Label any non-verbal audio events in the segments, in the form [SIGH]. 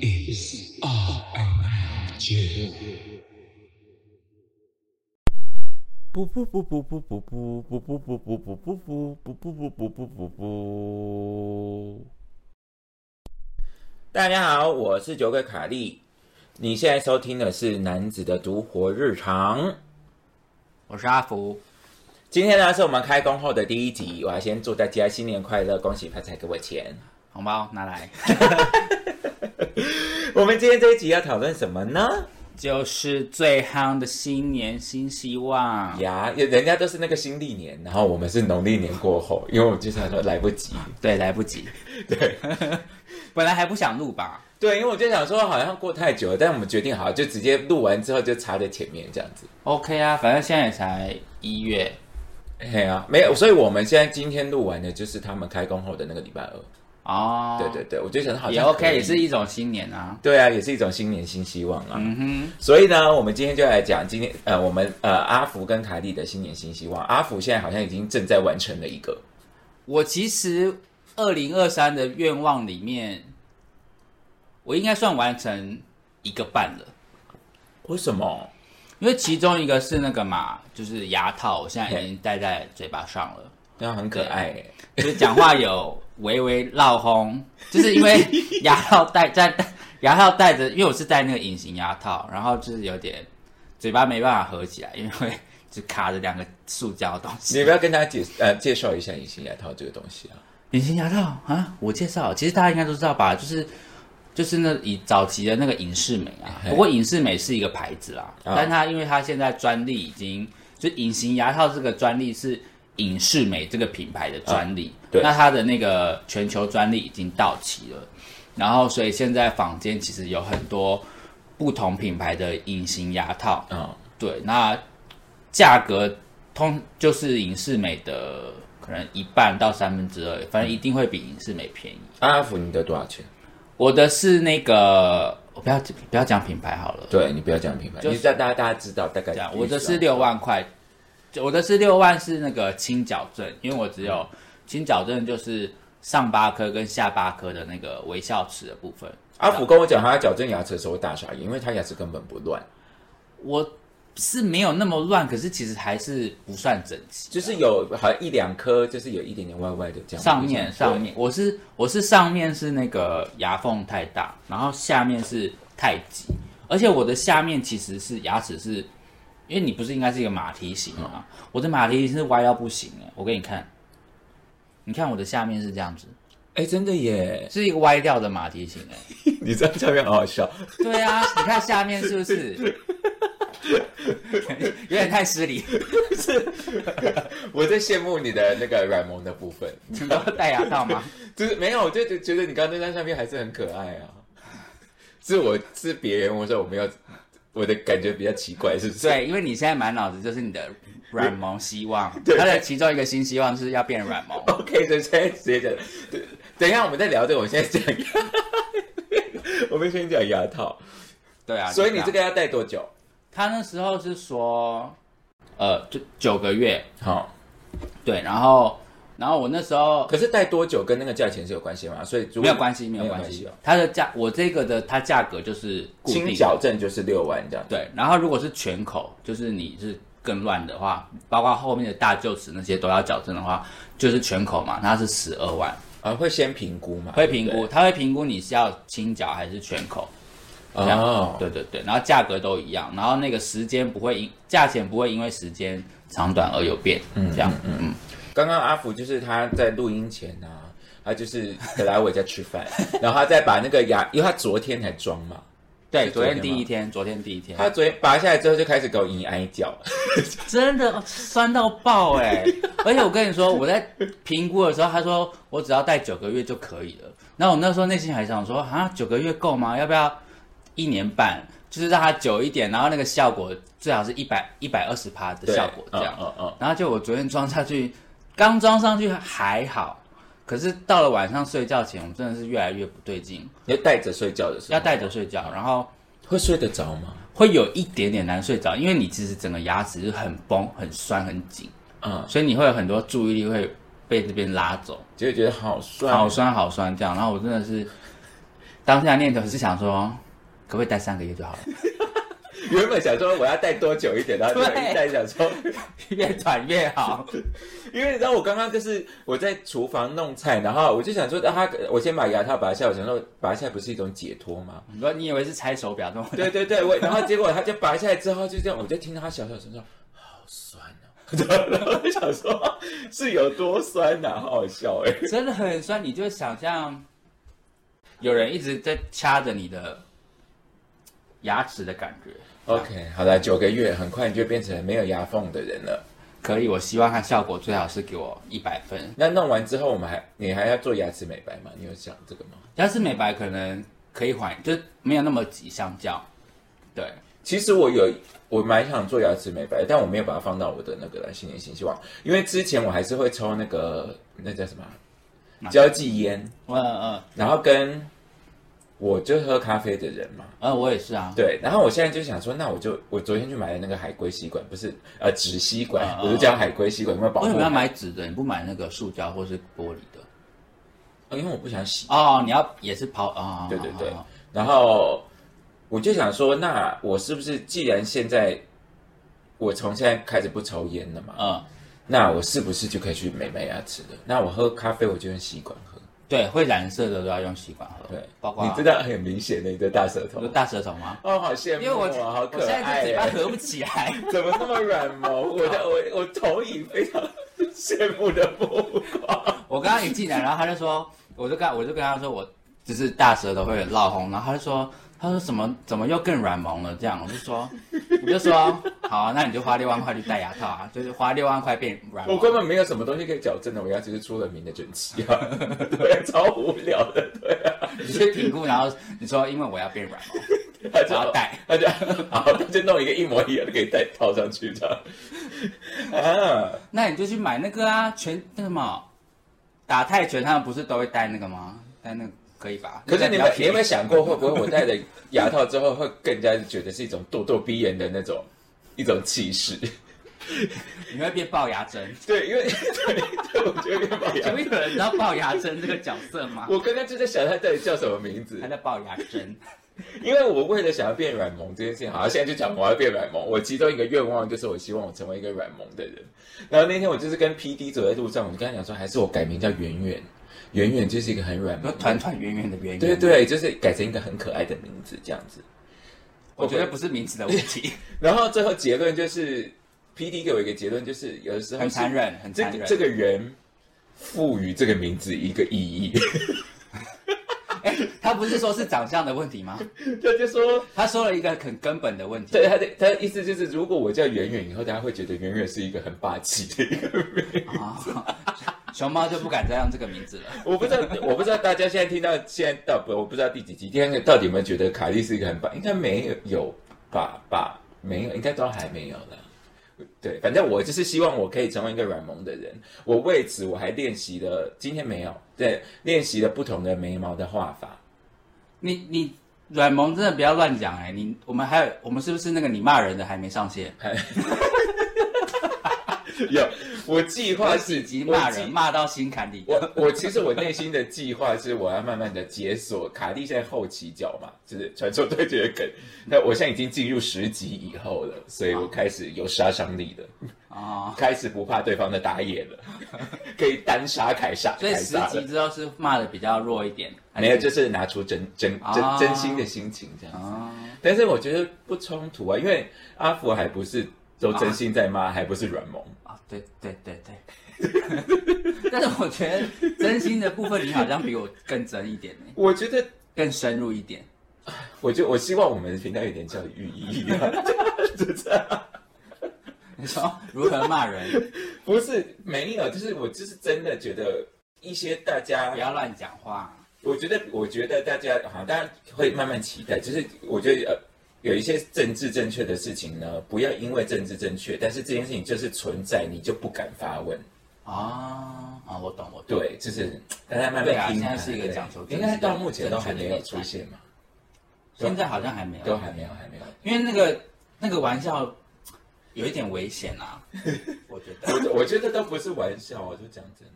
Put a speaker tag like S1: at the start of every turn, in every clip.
S1: is R and J.
S2: 不不不不不不不不不不不不不不不不不不不不。大家好，我是九个卡莉，你现在收听的是《男子的独活日常》。
S3: 我是阿福。
S2: 今天呢，是我们开工后的第一集，我要先祝大家新年快乐，恭喜发财，给我钱。
S3: 红包拿来， [LAUGHS]
S2: 我们今天这一集要讨论什么呢？
S3: 就是最夯的新年新希望。
S2: 呀，人家都是那个新历年，然后我们是农历年过后，因为我们经常说来不及。
S3: 对，来不及，
S2: 对，
S3: [LAUGHS] 本来还不想录吧？
S2: 对，因为我就想说，好像过太久了，但我们决定好，就直接录完之后就插在前面这样子。
S3: OK 啊，反正现在也才一月，
S2: 嘿啊，没有，所以我们现在今天录完的就是他们开工后的那个礼拜二。
S3: 哦，
S2: 对对对，我就想好像
S3: 也 OK，
S2: 可以
S3: 也是一种新年啊。
S2: 对啊，也是一种新年新希望啊。
S3: 嗯
S2: 所以呢，我们今天就来讲今天呃，我们呃阿福跟凯莉的新年新希望。阿福现在好像已经正在完成了一个，
S3: 哼，我其实二零二三的愿望里面，我应该算完成一个半了，
S2: 为什么？
S3: 因为其中一个是那个嘛，就是牙套，我现在已经戴在嘴巴上了。
S2: 那很可爱、欸。
S3: 就是讲话有微微绕轰，就是因为牙套戴在牙套戴着，因为我是戴那个隐形牙套，然后就是有点嘴巴没办法合起来，因为会就卡着两个塑胶东
S2: 你要
S3: 西
S2: 不。要跟大家解呃介绍一下隐形牙套这个东西啊？
S3: 隐形牙套啊，我介绍，其实大家应该都知道吧，就是。就是那以早期的那个隐适美啊，
S2: 嘿
S3: 不过隐适美是一个牌子啦，
S2: 啊
S3: 但它因为它现在专利已经，就隐形牙套这个专利是隐适美这个品牌的专利，
S2: 啊对
S3: 那它的那个全球专利已经到期了，然后所以现在坊间其实有很多不同品牌的隐形牙套，
S2: 嗯，
S3: 对，那价格通就是影视美的可能一半到三分之二，反正一定会比影视美便宜。
S2: 阿福你的多少钱？
S3: 我的是那个，我不要不要讲品牌好了，
S2: 对你不要讲品牌，
S3: 就是
S2: 你知道大家大家知道大概
S3: 这样
S2: 预算。
S3: 我的是六万块，就我的是六万是那个轻矫正，因为我只有轻矫正就是上巴颏跟下巴颏的那个微笑齿的部分。
S2: 阿福跟我讲，他要矫正牙齿的时候我大傻眼，因为他牙齿根本不乱，
S3: 我是没有那么乱，可是其实还是不算整齐，
S2: 就是有好像一两颗，就是有一点点歪歪的这样。
S3: 上面
S2: 对
S3: 上面，我是我是上面是那个牙缝太大，然后下面是太挤，而且我的下面其实是牙齿是，因为你不是应该是一个马蹄形吗？我的马蹄形是歪到不行哎，我给你看，你看我的下面是这样子，
S2: 哎，真的耶！
S3: 是一个歪掉的马蹄形哎。
S2: [LAUGHS] 你这样下面好好笑。
S3: 对啊，你看下面是不是？有点太失礼，
S2: 我在羡慕你的那个软萌的部分，
S3: 你都戴牙套吗？
S2: 就是没有，我就觉得你刚刚那张相片还是很可爱 [LAUGHS] 啊。是我是别人，我说我没有，我的感觉比较奇怪，是不是？
S3: 对，因为你现在满脑子就是你的软萌希望，他的其中一个新希望是要变软萌。
S2: OK，所以现在直接讲，对等一下我们再聊这个，我现在讲，我们先讲牙套。
S3: 对啊，
S2: 所以你这
S3: 个
S2: 个要戴多久？
S3: 他那时候是说，呃，就九个月，
S2: 好，
S3: 对，然后然后我那时候
S2: 可是戴多久跟那个价钱是有关系吗？所以如果
S3: 没有关系，没
S2: 没
S3: 有
S2: 有
S3: 关
S2: 系
S3: 系
S2: 哦。，
S3: 它的价我这个的它价格就是固定
S2: 轻
S3: 的
S2: 矫正就是六万这样。，
S3: 对，然后如果是全口，就是你是更乱的话，包括后面的大臼齿那些都要矫正的话，就是全口嘛，那是十二万，
S2: 啊，会先评估嘛？
S3: 会评
S2: 对
S3: 估，他会评估你是要轻矫还是全口。
S2: 不
S3: 这
S2: 对
S3: 样
S2: 哦，
S3: 对对对，然后价格都一样，然后那个时间不会因价钱不会因为时间长短而有变，这样，嗯嗯
S2: 刚刚阿福就是他在录音前啊，他就是来我家吃饭，然后他再把那个牙，因为他昨天才装嘛，
S3: 对，
S2: 是
S3: 昨
S2: 昨天
S3: 天第一天，昨天第一天，
S2: 他昨天拔下来之后就开始给我嘤哀叫，
S3: 真的酸到爆哎、 [LAUGHS] 而且我跟你说，我在评估的时候，他说我只要戴九个月就可以了。那我那时候内心还想说，啊，九个月够吗？要不要一年半？就是让它久一点，然后那个效果最好是一百一百二十趴的
S2: 对
S3: 效果这样。
S2: 嗯嗯
S3: 然后就我昨天装下去， [LAUGHS] 刚装上去还好，可是到了晚上睡觉前，我真的是越来越不对劲，
S2: 嗯，你就戴着睡觉的时候，
S3: 要戴着睡觉，然后
S2: 会睡得着吗？
S3: 会有一点点难睡着，因为你其实整个牙齿是很绷、很酸、很紧，
S2: 嗯，
S3: 所以你会有很多注意力会被这边拉走，
S2: 就会觉得好酸，
S3: 好酸好酸这样。然后我真的是当下念头是想说，可不可以待三个月就好了？
S2: 原本想说我要戴多久一点，然后就
S3: 对
S2: 一戴想说，
S3: [LAUGHS] 越短越好。
S2: 因为你知道我刚刚就是我在厨房弄菜，然后我就想说，啊，它我先把牙套拔下，我想说拔下不是一种解脱吗？
S3: [LAUGHS] 你说你以为是拆手表那种？
S2: 对对对，我然后结果他就拔下来之后就这样，我就听到他小小声说：“好酸哦。” [LAUGHS] 然后我就嗯想说啊 [LAUGHS] 是有多酸呐、好好笑哎、
S3: 真的很酸，你就想象有人一直在掐着你的牙齿的感觉。
S2: OK，好了，九个月很快你就变成没有牙缝的人了。
S3: 可以，我希望它效果最好是给我一百分。
S2: 那弄完之后，我们还你还要做牙齿美白吗？你有想这个吗？
S3: 牙齿美白可能可以缓，就是没有那么急，相较。对，
S2: 其实我有，我蛮想做牙齿美白，但我没有把它放到我的那个新年新希望，因为之前我还是会抽那个那叫什么啊交际烟，
S3: 嗯嗯
S2: 然后跟我就喝咖啡的人嘛，
S3: 嗯，我也是啊。
S2: 对，然后我现在就想说，那我就我昨天去买了那个海龟吸管，不是呃纸吸管，
S3: 啊啊
S2: 我就叫海龟吸管，因为保护
S3: 为什么要
S2: 它，
S3: 买纸的？你不买那个塑胶或是玻璃的？
S2: 呃因为我不想洗。
S3: 哦，你要也是抛啊？
S2: 对对对
S3: 好好好
S2: 然后我就想说，那我是不是既然现在我从现在开始不抽烟了嘛，
S3: 嗯，
S2: 那我是不是就可以去美白牙齿了？那我喝咖啡我就用吸管喝，
S3: 对，会染色的都要用吸管喝。
S2: 对，
S3: 包括
S2: 你知道很明显的你的大舌头
S3: 有，大舌头吗？
S2: 啊 [LAUGHS] 哦，好羡慕哦，
S3: 因为我
S2: 好
S3: 我
S2: 可
S3: 现在
S2: 爱
S3: 这嘴巴
S2: 耶，
S3: 合不起来。
S2: [LAUGHS] 怎么那么软毛？我 [LAUGHS] 的我我投影非常羡慕的目光。
S3: 我刚刚一进来，然后他就说，我就跟我就跟他说，我只是大舌头会有闹红，然后他就说，他说怎么怎么又更软萌了这样，我就说，我就说，好啊、那你就花六万块去戴牙套啊，就是花六万块变软
S2: 我
S3: 萌。
S2: 根本没有什么东西可以矫正的，我牙齿是出了名的整齐啊， [LAUGHS] 对，超无聊的，对啊，
S3: 你去评估，然后你说因为我要变软萌，
S2: 他就
S3: 我要戴，
S2: 他就好，他就弄一个一模一样的给带套上去的，啊，
S3: 那你就去买那个啊，拳那个什么，打泰拳他们不是都会戴那个吗？戴那个可以吧？
S2: 可是你
S3: 那个
S2: 们
S3: 比较
S2: 你
S3: 便宜
S2: 有没有想过，会不会我戴了牙套之后，会更加觉得是一种咄咄逼人的那种 [LAUGHS] 一种气势？
S3: 你会变龅
S2: [LAUGHS]
S3: 牙针？
S2: 对，因为对对，我觉得变
S3: 请
S2: 牙。
S3: 问有人知道龅牙针这个角色吗？
S2: [LAUGHS] 我刚刚就在想他到底叫什么名字
S3: 他，叫龅牙
S2: [LAUGHS]
S3: 针。
S2: 因为我为了想要变软萌这件事情，好，像现在就讲我要变软萌。我其中一个愿望就是我希望我成为一个软萌的人。然后那天我就是跟 P D 走在路上，我就跟他讲说，还是我改名叫圆圆，圆圆就是一个很软
S3: 说
S2: 萌的，
S3: 团团圆圆的圆圆，
S2: 对，对，就是改成一个很可爱的名字这样子。
S3: 我觉得不是名字的问题，
S2: [LAUGHS] 然后最后结论就是，P D 给我一个结论就是，有的时候
S3: 很
S2: 是
S3: 残忍，很
S2: 这
S3: 残
S2: 个
S3: 忍。
S2: 这个人赋予这个名字一个意义， [LAUGHS]
S3: 哎，他不是说是长相的问题吗？
S2: 他就说。
S3: 他说了一个很根本的问题。
S2: 对他的他的意思就是，如果我叫圆圆，以后大家会觉得圆圆是一个很霸气的一个人。
S3: 啊，熊猫就不敢再用这个名字了。
S2: 我不知道，我不知道大家现在听到现在到不，我不知道第几集，今天到底有没有觉得卡莉是一个很棒？应该没有有吧吧，没有，应该都还没有了。对，反正我就是希望我可以成为一个软萌的人。我为此我还练习了，今天没有对，练习了不同的眉毛的画法。
S3: 你你软萌真的不要乱讲哎，你我们还有我们是不是那个你骂人的还没上线？
S2: [LAUGHS] 有，我计划
S3: 我
S2: 是
S3: 几集骂
S2: 我
S3: 人
S2: 计
S3: 骂到心坎里。
S2: 我我其实我内心的计划是，我要慢慢的解锁卡莉现在后期角嘛，就是传说对决的梗。那我现在已经进入十级以后了，所以我开始有杀伤力了，
S3: 哦，
S2: 开始不怕对方的打野了，可以单杀凯撒。
S3: 所以
S2: 凯
S3: 十
S2: 撒
S3: 集
S2: 了
S3: 之后是骂的比较弱一点。
S2: 没有，就是拿出真真真
S3: 啊
S2: 真心的心情这样子。
S3: 啊，
S2: 但是我觉得不冲突啊，因为阿福还不是都真心在骂，还不是软萌。
S3: 啊，对对对对。 [LAUGHS] 但是我觉得真心的部分，你好像比我更真一点呢，欸
S2: 我觉得，
S3: 更深入一点。
S2: 我就我希望我们的频道有点教育意义、啊，就这样。
S3: 你说如何骂人，
S2: 不是没有，就是我就是真的觉得一些大家
S3: 不，要乱讲话。
S2: 我觉得我觉得大家好像大家会慢慢期待，就是我觉得呃有一些政治正确的事情呢，不要因为政治正确，但是这件事情就是存在，你就不敢发问。
S3: 啊啊，我懂我懂。
S2: 对，就是大家慢慢
S3: 对啊
S2: 听嘛。
S3: 现在是一个讲求
S2: 对
S3: 政治的
S2: 应该到目前都还没有出现嘛，
S3: 现在好像还没
S2: 都
S3: 有，
S2: 还没有，还没有。
S3: 因为那个那个玩笑
S2: [LAUGHS]
S3: 有一点危险啊，我觉得。
S2: 啊我我觉得都不是玩笑，我就讲真的。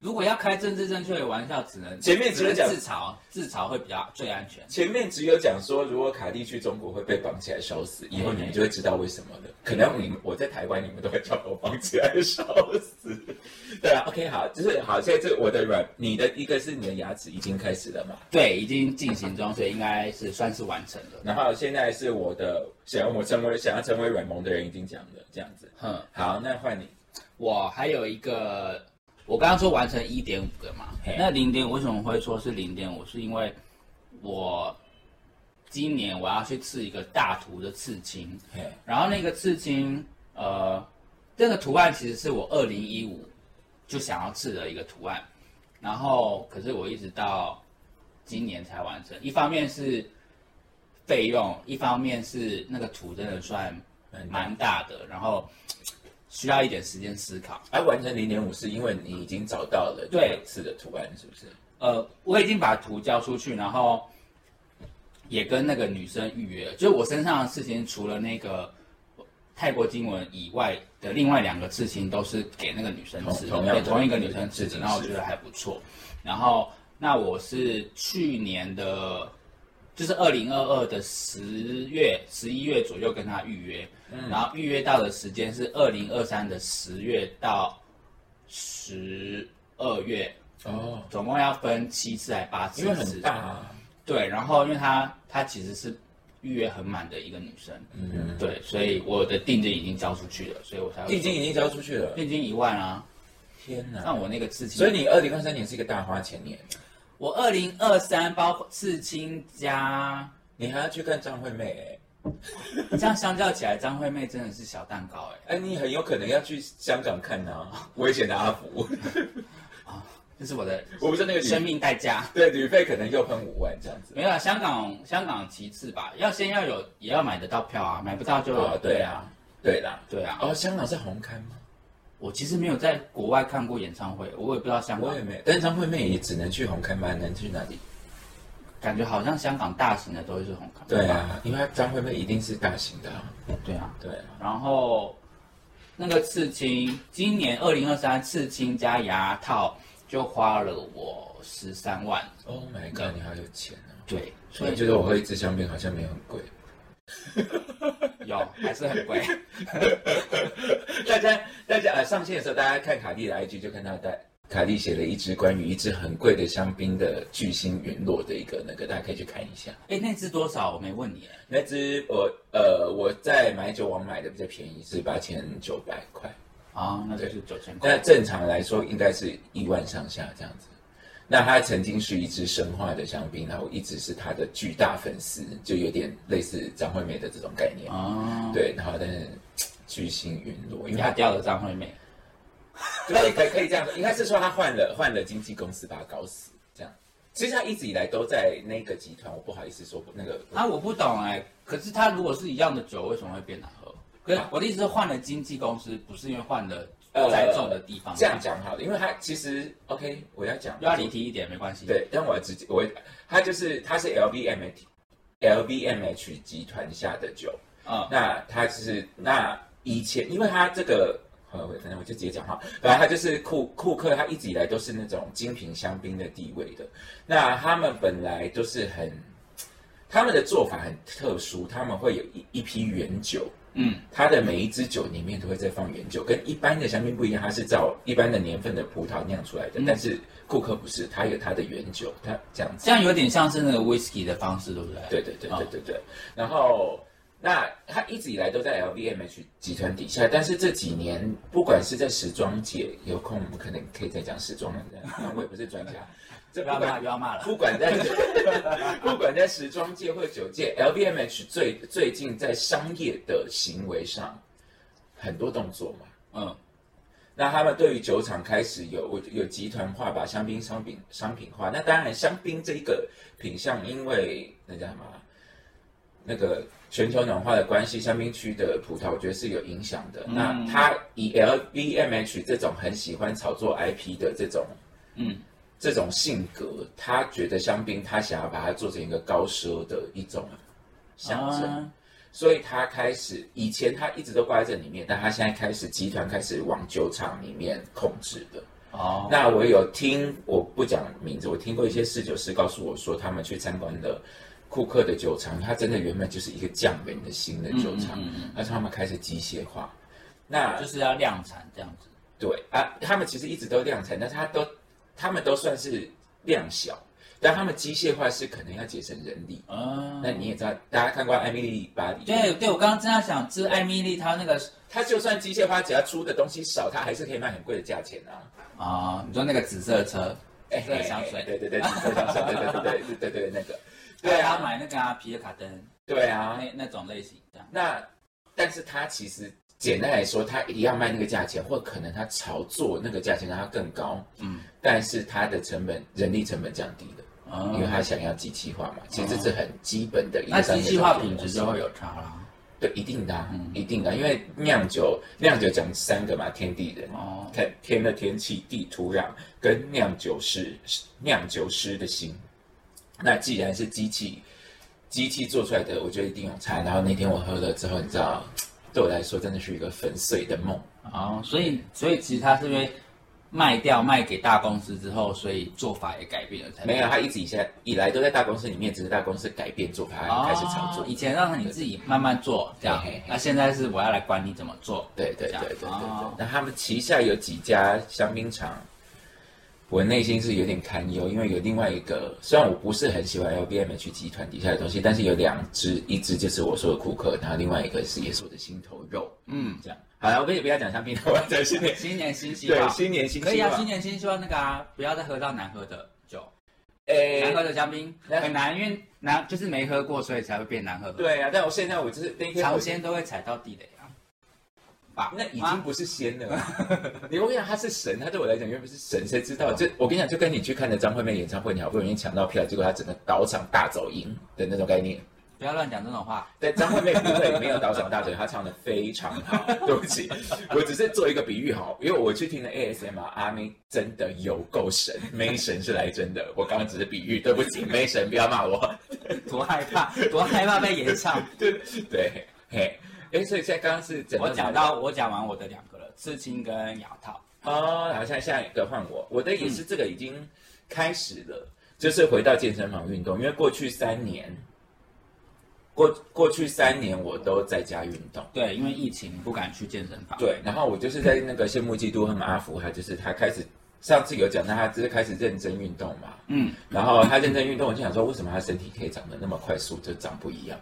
S3: 如果要开政治正确的玩笑，只能
S2: 前面只
S3: 只
S2: 能
S3: 能
S2: 讲
S3: 自嘲，自嘲会比较最安全。
S2: 前面只有讲说，如果凯蒂去中国会被绑起来烧死，以后你们就会知道为什么了。可能你们我在台湾，你们都会叫我绑起来烧死。 [LAUGHS] 对啊，OK，好，就是好。现在这我的软，你的一个是你的牙齿已经开始了嘛，
S3: 对，已经进行中，所以应该是算是完成了。
S2: 然后现在是我的想要我成为想要成为软萌的人已经讲了这样子。
S3: 哼，
S2: 好，那换你。
S3: 我还有一个，我刚刚说完成一点五个嘛
S2: 嘿，
S3: 那零点为什么会说是零点五？是因为我今年我要去刺一个大图的刺青，
S2: 嘿
S3: 然后那个刺青，呃，这个图案其实是我二零一五就想要刺的一个图案，然后可是我一直到今年才完成。一方面是费用，一方面是那个图真的算蛮大的，然后需要一点时间思考。
S2: 而、啊完成零点五是因为你已经找到了
S3: 对
S2: 这次的图案，是不是？
S3: 呃，我已经把图交出去，然后也跟那个女生预约了。就是我身上的事情，除了那个泰国经文以外的另外两个事情，都是给那个女生
S2: 同
S3: 吃的，
S2: 同样
S3: 对
S2: 的
S3: 同一个女生吃
S2: 事情
S3: 的。然后我
S2: 是
S3: 觉得还不错。然后，那我是去年的，就是二零二二的十月、十一月左右跟她预约，
S2: 嗯
S3: 然后预约到的时间是二零二三的十月到十二月。
S2: 哦，
S3: 总共要分七次还八次，
S2: 因为很大、啊，
S3: 对，然后因为她她其实是预约很满的一个女生，
S2: 嗯，
S3: 对，所以我的定金已经交出去了，所以我才会
S2: 定金已经交出去了。
S3: 定金一万啊，
S2: 天哪！
S3: 那我那个刺青，
S2: 所以你二零二三年是一个大花钱年，
S3: 我二零二三包括刺青加，
S2: 你还要去看张惠妹、欸，
S3: 这样相较起来，张惠妹真的是小蛋糕哎、
S2: 哎、你很有可能要去香港看呐、 [LAUGHS] 危险的阿福，
S3: 这是我的
S2: 我不是那个
S3: 生
S2: 旅，
S3: 命代价。
S2: 对，旅费可能又喷五万这样子。
S3: 没有啊，香港香港其次吧，要先要有也要买得到票啊，买不到就、
S2: 哦对啊，对啦，
S3: 对啊，
S2: 哦，香港是红磡吗？
S3: 我其实没有在国外看过演唱会，我也不知道香港
S2: 我也没有，但是张惠妹也只能去红磡吧，能去哪里？
S3: 感觉好像香港大型的都会是红磡。
S2: 对啊，因为她张惠妹一定是大型的、啊，
S3: 对啊，
S2: 对啊，
S3: 然后那个刺青，今年二零二三刺青加牙套就花了我十三万，
S2: Oh my god！你好有钱啊！
S3: 对，
S2: 所
S3: 所
S2: 以
S3: 以
S2: 觉得我喝一支香槟好像没有很贵。
S3: 有还是很
S2: [LAUGHS]
S3: 贵。
S2: 大家大家呃上线的时候，大家看卡蒂的 IG 就看到大卡蒂写了一支关于一支很贵的香槟的巨星陨落的一个那个，大家可以去看一下。
S3: 哎，那支多少？我没问你哎。
S2: 那支我呃我在买酒网买的比较便宜，是八千九百块。
S3: 啊，那就是九千
S2: 那
S3: 块。
S2: 正常来说应该是一万上下这样子。那它曾经是一支神话的香槟，然后我一直是他的巨大粉丝，就有点类似张惠妹的这种概念。
S3: 啊，
S2: 对，然后但是嘖巨星陨落，因为
S3: 牙
S2: 他
S3: 掉了张惠妹。
S2: 对，可以可以这样说，应该是说他换了换了经纪公司把他搞死这样。其实他一直以来都在那个集团，我不好意思说那个
S3: 啊，我不懂哎。可是它如果是一样的酒，为什么会变难喝？可是
S2: 啊
S3: 我的意思是换了经纪公司，不是因为换了
S2: 呃
S3: 栽种的地方。
S2: 这样讲好了，因为他其实 OK，我要讲
S3: 又要离题一点，没关系。
S2: 对，但我要直接我他就是他是 LVMH LVMH 集团下的酒，
S3: 嗯，
S2: 那他是那以前，因为他这个，呃，我反正我就直接讲哈，反正他就是库库克，他一直以来都是那种精品香槟的地位的。那他们本来都是很，他们的做法很特殊，他们会有一一批原酒。
S3: 嗯，
S2: 它的每一支酒里面都会再放原酒，跟一般的香槟不一样，它是照一般的年份的葡萄酿出来的。但是库克不是，它有它的原酒，它这样子。
S3: 这样有点像是那个 whisky 的方式，对不对？
S2: 对对对
S3: 啊
S2: 对对对。然后，那他一直以来都在 LVMH 集团底下，但是这几年，不管是在时装界，有空我们可能可以再讲时装了，但我也不是
S3: [LAUGHS]
S2: 专家。这
S3: 不
S2: 不
S3: 要骂，
S2: 管
S3: 不要骂了。
S2: 不管在 [LAUGHS] 不管在时装界或酒界，LVMH 最最近在商业的行为上很多动作嘛。
S3: 嗯，
S2: 那他们对于酒厂开始有有集团化，把香槟商品商品化。那当然，香槟这一个品相，因为那叫什么啊，那个全球暖化的关系，香槟区的葡萄，我觉得是有影响的。
S3: 嗯
S2: 那他以 LVMH 这种很喜欢炒作 IP 的这种，
S3: 嗯，
S2: 这种性格，他觉得香槟，他想要把它做成一个高奢的一种象征。
S3: 啊
S2: 所以他开始，以前他一直都挂在这里面，但他现在开始集团开始往酒厂里面控制的，
S3: 哦，
S2: 那我有听，我不讲名字，我听过一些侍酒师告诉我说，他们去参观的库克的酒厂，它真的原本就是一个匠人的新的酒厂，
S3: 嗯
S2: 但是他们开始机械化。那
S3: 就是要量产这样子。
S2: 对啊，他们其实一直都量产，但是他都他们都算是量小，但他们机械化是可能要节省人力。
S3: 嗯，
S2: 那你也知道，大家看过《艾米丽巴黎》？
S3: 对，对，我刚刚正要想，就是艾米丽她那个
S2: 它就算机械化，只要出的东西少，它还是可以卖很贵的价钱啊。
S3: 啊、你说那个紫色车，紫色香水，
S2: 哎对对对，紫色香水，对对对对对对，那个，对
S3: 对啊，
S2: 啊，
S3: 买那个啊皮尔卡登
S2: 对啊，
S3: 那那种类型这样。
S2: 那但是它其实简单来说，它一样卖那个价钱，或可能它炒作那个价钱让它更高，
S3: 嗯，
S2: 但是它的成本人力成本降低了。
S3: 哦
S2: 因为它想要机器化嘛，其实这是很基本的一个
S3: 那
S2: 商
S3: 机
S2: 业
S3: 器化
S2: 商业
S3: 品
S2: 模
S3: 质
S2: 式
S3: 就会有差啦。
S2: 对一定的啊、
S3: 嗯
S2: 一定的啊、因为酿酒酿酒讲三个嘛，天地人
S3: 哦
S2: 看天的天气、地土壤跟酿酒师酿酒师的心。那既然是机器，机器做出来的，我觉得一定有差。然后那天我喝了之后，你知道，对我来说真的是一个粉碎的梦。
S3: 哦，所以所以其实它是因为卖掉卖给大公司之后，所以做法也改变了，才
S2: 没有，他一直以前以来都在大公司里面，只是大公司改变做法，
S3: 哦
S2: 开始炒作。
S3: 以前让你自己慢慢做这样
S2: 嘿嘿嘿，
S3: 那现在是我要来管你怎么做。
S2: 对对对
S3: 这样
S2: 对对对
S3: 哦。
S2: 那他们旗下有几家香槟厂，我内心是有点堪忧，因为有另外一个，虽然我不是很喜欢 LVMH 集团底下的东西，但是有两只，一只就是我说的库克，然后另外一个是也是我的心头肉。
S3: 嗯，
S2: 这样，好了，我跟你不要讲香槟了，我要讲新年，
S3: 新年新希
S2: 对，
S3: 望，
S2: 新年新
S3: 可以
S2: 希
S3: 啊，
S2: 望
S3: 新。年新希望那个啊，不要再喝到难喝的酒，难喝
S2: 哎，
S3: 的香槟
S2: 那
S3: 很难，因为难就是没喝过，所以才会变难喝。，
S2: 对啊，但我现在我就是那天我
S3: 尝鲜都会踩到地雷啊。吧
S2: 那已经
S3: 啊
S2: 不是仙了。 [LAUGHS] 你我跟你讲，他是神，他对我来讲原本是神，谁知
S3: 啊
S2: 道？就我跟你讲，就跟你去看的张惠妹演唱会，你好不容易抢到票，结果他整个倒场大走音的那种概念。
S3: 不要乱讲这种话。 [LAUGHS]
S2: 但张惠妹不会没有倒场大嘴，她唱的非常好。对不
S3: [LAUGHS]
S2: 起，我只是做一个比喻哈，因为我去听了 ASMR，阿啊妹真的有够神，妹神是来真的。我刚刚只是比喻，对不起，妹神不要骂我。
S3: 多害怕， [LAUGHS] 多害怕被延上。
S2: 对，嘿，哎，所以现在刚刚是整个
S3: 我讲到我讲完我的两个了，刺青跟牙套。
S2: 哦，然后现在下一个换我，我的也是这个已经开始了，就是回到健身房运动，因为过去三年，过过去三年我都在家运动。
S3: 对，因为疫情不敢去健身房。，
S2: 对，然后我就是在那个羡慕嫉妒恨阿福，他就是他开始上次有讲到他就是开始认真运动嘛，
S3: 嗯，
S2: 然后他认真运动，我就想说为什么他身体可以长得那么快速，就长不一样。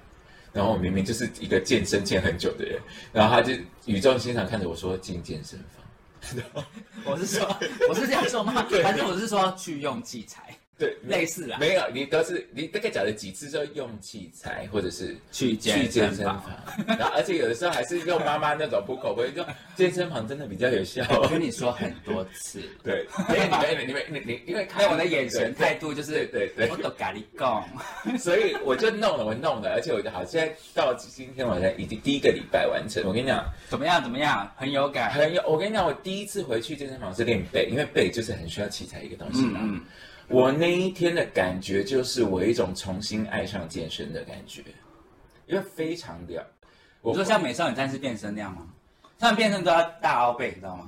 S2: 然后我明明就是一个健身健很久的人，然后他就语重心长看着我说进健身房。
S3: 我是说，我是这样说吗？反正我是说去用器材，
S2: 对，
S3: [LAUGHS] 类似啦，
S2: 没有，你都是你大概讲了几次之后用器材，或者是
S3: 去
S2: 去
S3: 健
S2: 健
S3: 身
S2: 身
S3: 房
S2: 房。，然后而且有的时候还是用妈妈那种不口
S3: [LAUGHS]
S2: 碑，就健身房真的比较有效。
S3: 我跟你说很多次，
S2: 对，因为你们你们你你因为
S3: 还
S2: 看
S3: 有我的眼神态度就
S2: 对
S3: 是，
S2: 对对
S3: 我都咖喱
S2: [LAUGHS]
S3: 贡，
S2: 所以我就弄了，我弄了，而且我就好，现在到今天晚上已经第一个礼拜完成。我跟你讲，
S3: 怎么样怎么样，很有感。
S2: 很有，我跟你讲，我第一次回去健身房是练背，因为背就是很需要器材一个东西
S3: 嗯
S2: 嘛。
S3: 嗯，
S2: 我那一天的感觉就是我一种重新爱上健身的感觉，因为非常的， [LAUGHS]
S3: 你
S2: 我
S3: 说像美少女战士变身那样吗？他们变身都要大凹背，你知道吗？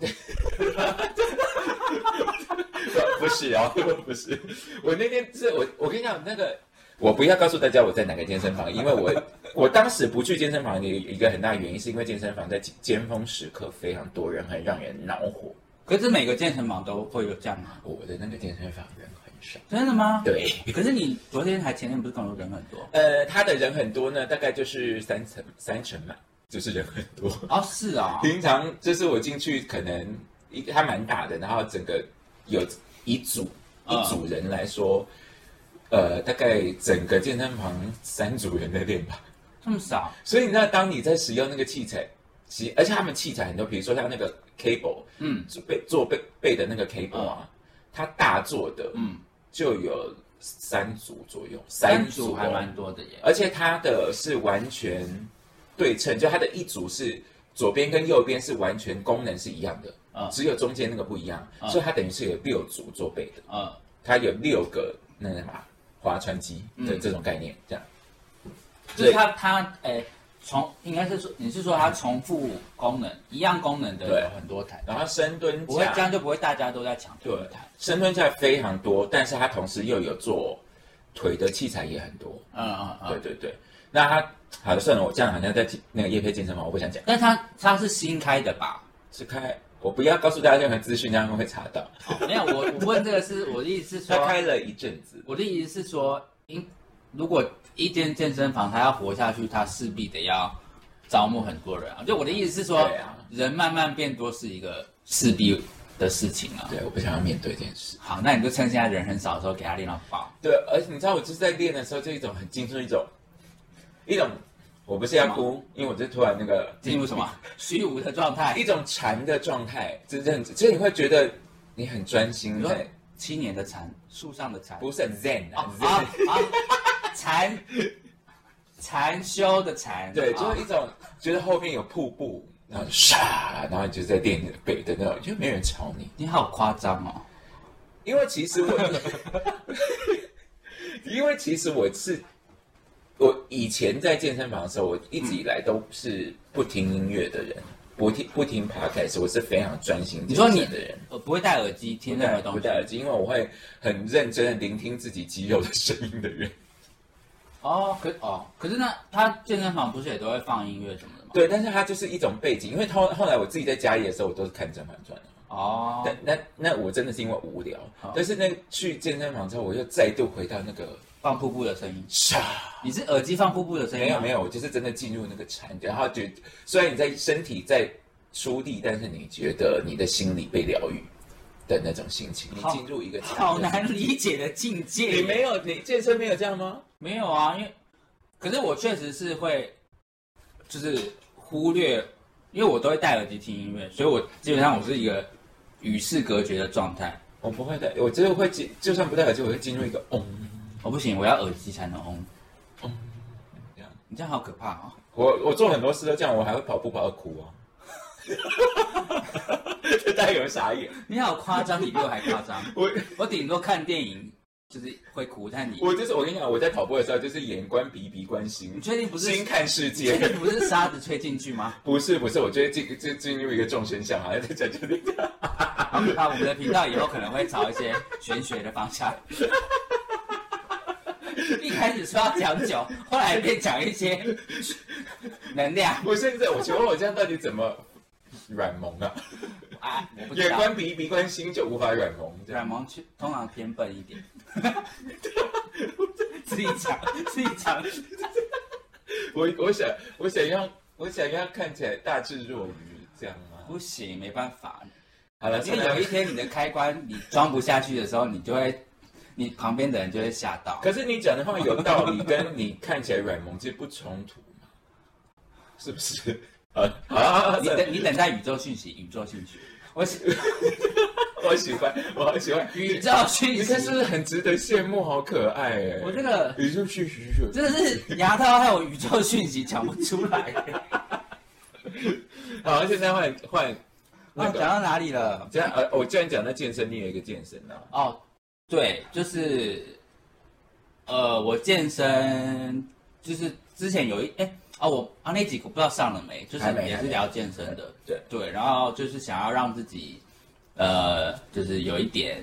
S2: 不是啊， [LAUGHS] 我不是，我那天是我我跟你讲那个，我不要告诉大家我在哪个健身房，因为我
S3: [LAUGHS]
S2: 我当时不去健身房的一个很大原因是因为健身房在尖峰时刻非常多人，很让人恼火。
S3: 可是每个健身房都会有这样吗？
S2: 我的那个健身房人很少，
S3: 真的吗？。
S2: 对，
S3: 可是你昨天还前天不是跟我说人很多？
S2: 呃，他的人很多呢，大概就是三层三层嘛，就是人很多。
S3: [LAUGHS] 哦，是哦，
S2: 平常就是我进去可能一它蛮大的，然后整个有一组
S3: 嗯
S2: 一组人来说，呃，大概整个健身房三组人在练吧。
S3: 这么少。
S2: [LAUGHS] 所以那当你在使用那个器材，其而且他们器材很多，比如说像那个 cable，
S3: 嗯
S2: 做背做背背的那个 cable 啊，它大做的
S3: 嗯，
S2: 就有三组左右，
S3: 三
S2: 组
S3: 组
S2: 哦
S3: 还蛮多的耶。
S2: 而且它的是完全对称，就它的一组是左边跟右边是完全功能是一样的，
S3: 嗯
S2: 只有中间那个不一样，
S3: 嗯
S2: 所以它等于是有六组做背的，
S3: 嗯，
S2: 它有六个那个什么划船机的
S3: 嗯
S2: 这种概念，这样。
S3: 就是他他诶、呃重应该是说你是说它重复功能一样功能的
S2: 对
S3: 有很多台，
S2: 然后深蹲
S3: 不会这
S2: 架，
S3: 样就不会大家都在抢同
S2: 对
S3: 一台。，
S2: 深蹲架非常多，但是它同时又有做腿的器材也很多。
S3: 嗯嗯
S2: 对
S3: 嗯。
S2: 对对，那它好了，算了，我这样好像在那个叶配健身房，我不想讲，
S3: 但它它是新开的吧？
S2: 是开。我不要告诉大家任何资讯，这样他们会查到。
S3: 没有，我我问这个是我的意思是
S2: 他
S3: 说，
S2: 开了一阵子，
S3: 我的意思是说，因如果一间健身房它要活下去，它势必得要招募很多人啊。就我的意思是说，
S2: 对啊
S3: 人慢慢变多是一个势必的事情啊。
S2: 对，我不想要面对这件事。
S3: 好，那你就趁现在人很少的时候给他练到爆。
S2: 对，而且你知道，我就是在练的时候，就一种很进入一种，一种，我不是要哭，因为我就突然那个
S3: 进入什么虚无的状态？
S2: 一种禅的状态，真正，所以你会觉得你很专心
S3: 你说
S2: 在，
S3: 七年的蝉，树上的蝉，
S2: 不是很 zen
S3: 啊
S2: 啊，
S3: 啊啊！禅禅修的
S2: [LAUGHS]
S3: 禅，
S2: 对，
S3: 啊
S2: 就是一种觉得后面有瀑布，然后唰，然后你就 [LAUGHS] 在练你的背的那种，就没有人吵你，
S3: 你好夸张哦！
S2: 因为其实我， [LAUGHS] 因为其实我是。我以前在健身房的时候，我一直以来都是不听音乐的人，不听不听 podcast，我是非常专心
S3: 你
S2: 健
S3: 说你
S2: 身的人。
S3: 呃不会戴耳机听任何东
S2: 不
S3: 西
S2: 戴耳机，因为我会很认真的聆听自己肌肉的声音的人。
S3: 哦，可哦，可是那他健身房不是也都会放音乐什么的吗？
S2: 对，但是它就是一种背景，因为后后来我自己在家里的时候，我都是看《甄嬛传》的。
S3: 哦，
S2: 但那那我真的是因为无聊，但是那去健身房之后，我又再度回到那个
S3: 放瀑布的声音，
S2: 唰，
S3: 你是耳机放瀑布的声音
S2: 没有没
S3: 有，
S2: 有，我就是真的进入那个禅，然后觉虽然你在身体在出力，但是你觉得你的心理被疗愈的那种心情，你
S3: 好
S2: 进入一个禅
S3: 好
S2: 的
S3: 难理解的境界。
S2: 你没有你健身没有这样吗？
S3: 没有啊，因为可是我确实是会，就是忽略，因为我都会戴耳机听音乐，所以我基本上我是一个与世隔绝的状态。
S2: 我不会的，我就是会进，就算不戴耳机，我会进入一个嗡
S3: 我、哦不行，我要耳机才能嗡。
S2: 哦这样。
S3: 你这样好可怕哦！
S2: 我我做很多事都这样，我还会跑步跑到哭啊。 [LAUGHS] 大家有人傻眼，
S3: 你好夸张，你比我还夸张。
S2: 我
S3: 我顶多看电影就是会哭，但你
S2: 我就是我跟你讲，我在跑步的时候就是眼观鼻，鼻观
S3: 你
S2: 心，
S3: 确定不是
S2: 心看世
S3: 确
S2: 界。 [LAUGHS]
S3: 定不是沙子吹进去吗？
S2: 不是不是，我觉得进进进入一个众生相，好像在讲这个。
S3: 好可怕！我们的频道以后可能会朝一些玄学的方向。一开始说要讲酒，后来变讲一些能量
S2: 不是这，我请问我这样到底怎么软萌啊？
S3: 啊，我不知
S2: 眼
S3: 道。
S2: 观鼻，鼻观心就无法软萌，这
S3: 软
S2: 样
S3: 萌去通常偏笨一点，自己讲自己讲，
S2: 我我想我想要我想要看起来大智若愚，这样吗？
S3: 不行，没办法。
S2: 好了，
S3: 因为有一天你的开关你装不下去的时候，你就会，你旁边的人就会吓到。
S2: 可是你讲的话有道理，跟你看起来软萌其实不冲突嘛，是不是？啊 [LAUGHS] 啊！
S3: 你等你等待宇宙讯息，宇宙讯息，
S2: 我喜，我喜欢，我好喜欢
S3: 宇宙讯
S2: 你
S3: 息
S2: 看是不是很值得羡慕？好可爱哎！
S3: 我这个
S2: 宇宙去宇宙，
S3: 真的是牙套还有宇宙讯息讲不出来。
S2: [LAUGHS] 好，现在换换
S3: 那
S2: 那
S3: 哦讲
S2: 个，
S3: 到哪里了？
S2: 这样呃，我既然讲到健身，你有一个健身啊，
S3: 哦，对，就是，呃，我健身就是之前有一哎哦我啊那几个不知道上了没，就是
S2: 还没
S3: 也
S2: 还
S3: 是
S2: 没
S3: 聊健身的，
S2: 对
S3: 对，然后就是想要让自己呃就是有一点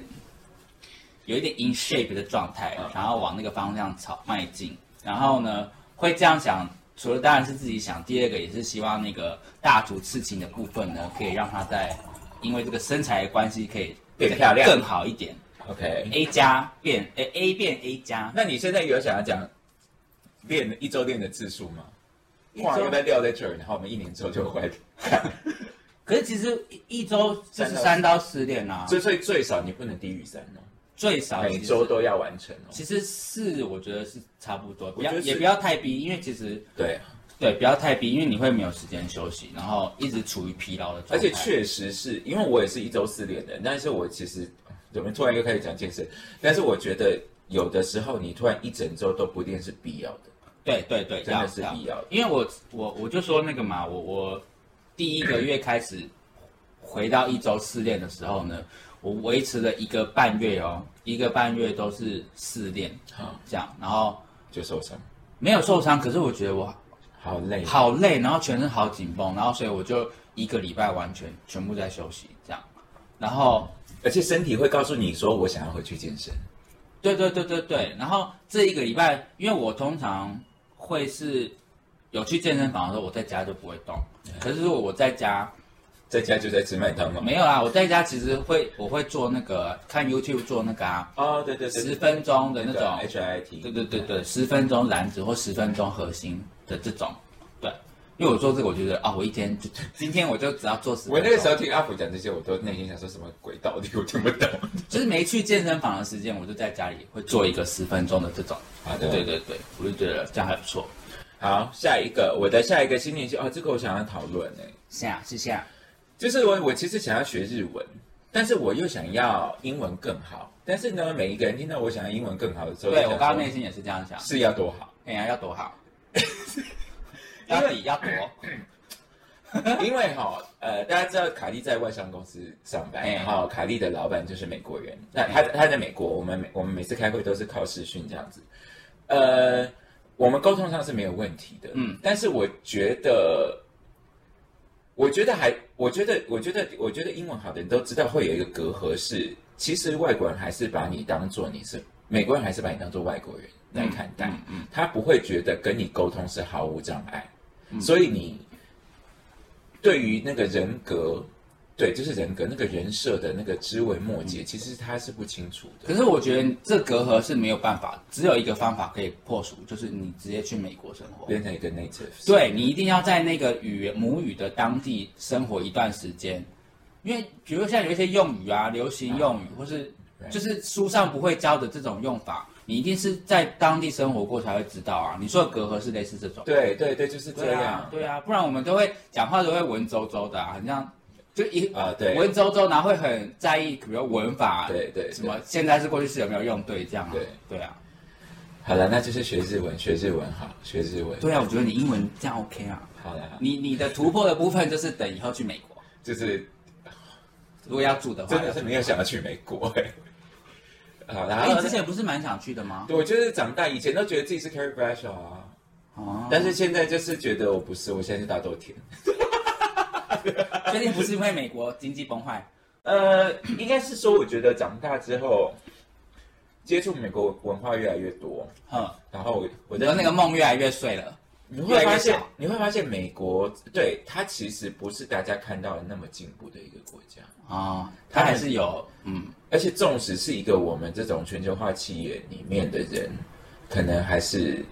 S3: 有一点 in shape 的状态，
S2: 嗯
S3: 然后往那个方向朝迈进，然后呢会这样想。除了当然是自己想，第二个也是希望那个大足刺青的部分呢，可以让它在因为这个身材的关系可以
S2: 变漂亮
S3: 更好一点。
S2: ，OK。
S3: A 加变诶 A 变 A 加，
S2: 那你现在有想要讲练一周练的次数吗？
S3: 一
S2: 话
S3: 周
S2: 要不要撂在这儿？然后我们一年之后就回来
S3: 可是其实一一周就是三到四练啊，
S2: 所以最少你不能低于三哦，
S3: 最少
S2: 每
S3: 其实
S2: 周都要完成哦。
S3: 其实四我觉得是差不多，不要
S2: 我觉得是
S3: 也不要太逼，因为其实
S2: 对啊，
S3: 对不要太逼，因为你会没有时间休息，然后一直处于疲劳的
S2: 而
S3: 状态。
S2: 且确实是因为我也是一周四练的，但是我其实怎么突然又开始讲健身？但是我觉得有的时候你突然一整周都不练是必要的，
S3: 对对对，
S2: 真
S3: 要
S2: 的是必要的。
S3: 因为我我我就说那个嘛，我我第一个月开始回到一周四练的时候呢，我维持了一个半月哦，一个半月都是四练
S2: 好，
S3: 这样，然后。
S2: 就受伤。
S3: 没有受伤，可是我觉得我
S2: 好累，
S3: 好累，然后全身好紧绷，然后所以我就一个礼拜完全全部在休息这样，然后
S2: 而且身体会告诉你说我想要回去健身。
S3: 对对对对对，然后这一个礼拜，因为我通常会是有去健身房的时候，我在家就不会动，可是如果我在家
S2: 在家就在吃麦当劳。
S3: 没有啦，我在家其实会我会做那个看 YouTube 做那个啊
S2: 哦，对对对，
S3: 十分钟的那种
S2: H I T，
S3: 对对对对，十分钟燃脂或十分钟核心的这种，对，因为我做这个，我觉得啊，我一天就今天我就只要做十分钟。
S2: 我那个时候听阿福讲这些，我都内心想说什么鬼道理，我听不懂。
S3: 就是没去健身房的时间，我就在家里会做一个十分钟的这种。
S2: 好的
S3: 对对对对，我就觉得这样还不错。
S2: [LAUGHS] 好，下一个，我的下一个新年计划，哦这个我想要讨论诶、
S3: 下是啊下，
S2: 就是我我其实想要学日文，但是我又想要英文更好，但是呢，每一个人听到我想要英文更好的时候，
S3: 对
S2: 就想
S3: 我
S2: 说
S3: 刚刚内心也是这样想，
S2: 是要多好，
S3: 哎呀要多 [LAUGHS] 好，
S2: 因
S3: 要
S2: 为
S3: 比要多， [LAUGHS]
S2: 因为哈、呃，大家知道卡莉在外商公司上班，
S3: 哎
S2: 然后卡莉的老板就是美国人，那他他在美国，我们每我们每次开会都是靠视讯这样子，呃，我们沟通上是没有问题的，
S3: 嗯，
S2: 但是我觉得，我觉得还，我觉得，我觉得，我觉得英文好的人都知道会有一个隔阂是，其实外国人还是把你当做你是美国人，还是把你当做外国人来看待，
S3: 嗯嗯
S2: 他不会觉得跟你沟通是毫无障碍，
S3: 嗯
S2: 所以你对于那个人格，对，就是人格那个人设的那个枝微末节，其实他是不清楚的。
S3: 嗯可是我觉得这隔阂是没有办法，只有一个方法可以破除，就是你直接去美国生活。
S2: 变成一个 native，
S3: 对你一定要在那个语言母语的当地生活一段时间，因为比如像有一些用语啊，流行用语，或是
S2: Right.
S3: 就是书上不会教的这种用法，你一定是在当地生活过才会知道啊。你说的隔阂是类似这种，
S2: 对对对，就是这
S3: 对
S2: 样。
S3: 啊，对啊，不然我们都会讲话都会文绉绉的啊，很像就一
S2: 啊对
S3: 文绉绉，然后会很在意，比如文法，
S2: 对对对
S3: 什么现在是过去式有没有用对这样啊，
S2: 对
S3: 对啊，
S2: 好了，那就是学日文，学日文好，学日文。
S3: 对啊，我觉得你英文这样 OK 啊，
S2: 好了，
S3: 你你的突破的部分就是等以后去美国。
S2: 就是
S3: 如果要住的话，
S2: 真的是没有想要去美国哎、好了，
S3: 哎、
S2: 然
S3: 你
S2: 后
S3: 之前不是蛮想去的吗？
S2: 我就是长大以前都觉得自己是 Carrie Bradshaw 啊，
S3: 哦，
S2: 但是现在就是觉得我不是，我现在是大豆田。
S3: 确定不是因为美国经济崩坏？
S2: 呃，应该是说，我觉得长大之后接触美国文化越来越多，
S3: 哼，
S2: 然后我我
S3: 我
S2: 在
S3: 的那个梦越来越碎了。
S2: 你会发
S3: 越来越
S2: 现
S3: 小，
S2: 你会发现美国对它其实不是大家看到的那么进步的一个国家，
S3: 哦，他还是有，嗯，
S2: 而且纵使是一个我们这种全球化企业里面的人，可能还是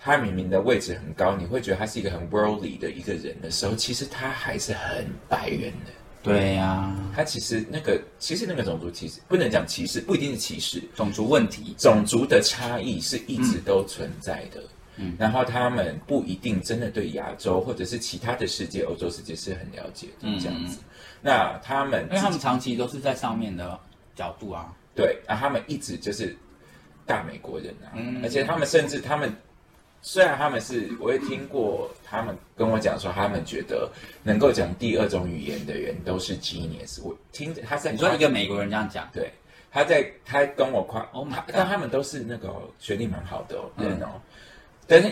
S2: 他明明的位置很高，你会觉得他是一个很 worldly 的一个人的时候，其实他还是很白人的。
S3: 对呀、
S2: 他其实那个，其实那个种族歧视不能讲歧视，不一定是歧视，
S3: 种族问题，
S2: 种族的差异是一直
S3: 嗯
S2: 都存在的。嗯，然后他们不一定真的对亚洲或者是其他的世界、欧洲世界是很了解的，
S3: 嗯
S2: 这样子。那他们
S3: 因
S2: 自
S3: 为哎他
S2: 己
S3: 们长期都是在上面的角度啊。
S2: 对啊，他们一直就是大美国人啊，
S3: 嗯
S2: 而且他们甚至他们虽然他们是，我也听过他们跟我讲说，他们觉得能够讲第二种语言的人都是 genius。我听着他在
S3: 你说一个美国人这样讲，
S2: 对，他在他跟我夸
S3: Oh my
S2: 他
S3: God
S2: 但他们都是那个学历蛮好的哦人哦，但是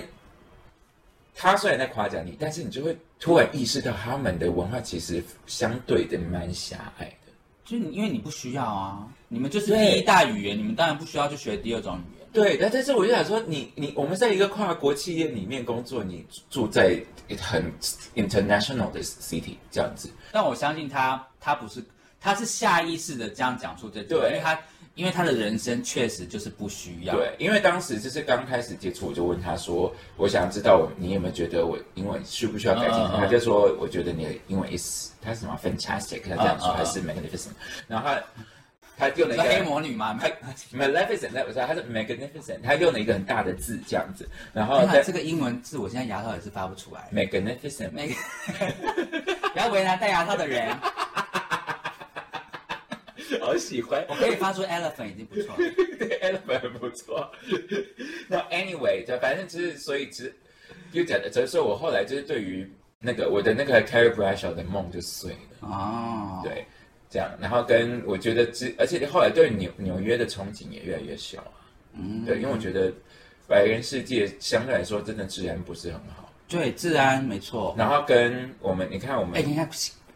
S2: 他虽然在夸奖你，但是你就会突然意识到他们的文化其实相对的蛮狭隘的。
S3: 就是你因为你不需要啊，你们就是
S2: 对
S3: 第一大语言，你们当然不需要去学第二种语言。
S2: 对，但但是我就想说你，你我们在一个跨国企业里面工作，你住在很 international 的 city 这样子，
S3: 但我相信他，他不是，他是下意识的这样讲出这句话，
S2: 对
S3: 因为他，因为他的人生确实就是不需要。
S2: 对，因为当时就是刚开始接触，我就问他说，我想知道我你有没有觉得我英文需不需要改进？
S3: 嗯嗯嗯
S2: 他就说，我觉得你的英文 is 他是什么 fantastic，他这样说
S3: 嗯嗯嗯
S2: 还是 magnificent，然后他他用了
S3: 你
S2: 一
S3: 说
S2: 个
S3: 黑魔女吗？
S2: 他 magnificent，那不是他是 magnificent，他用了一个很大的字这样子，然后
S3: 天哪
S2: 在
S3: 哎这个英文字我现在牙套也是发不出来。 [LAUGHS]
S2: magnificent
S3: 那个，不要为难戴牙套的
S2: [LAUGHS]
S3: 人，
S2: 好喜欢，
S3: 我可以发出 elephant 已经不错
S2: [LAUGHS]
S3: 了。
S2: 对 Elephant 很不错。 [LAUGHS] 那 anyway，就反正就是，所以其实就讲的，所以说我后来就是对于那个我的那个 Carrie Bradshaw 的梦就碎了，
S3: 哦，，
S2: 对，这样，然后跟我觉得之，而且后来对纽纽约的憧憬也越来越小啊，
S3: 嗯，
S2: 对，因为我觉得白人世界相对来说真的治安不是很好。
S3: 对，治安没错。
S2: 然后跟我们，你看我
S3: 哎、
S2: 们，
S3: 你看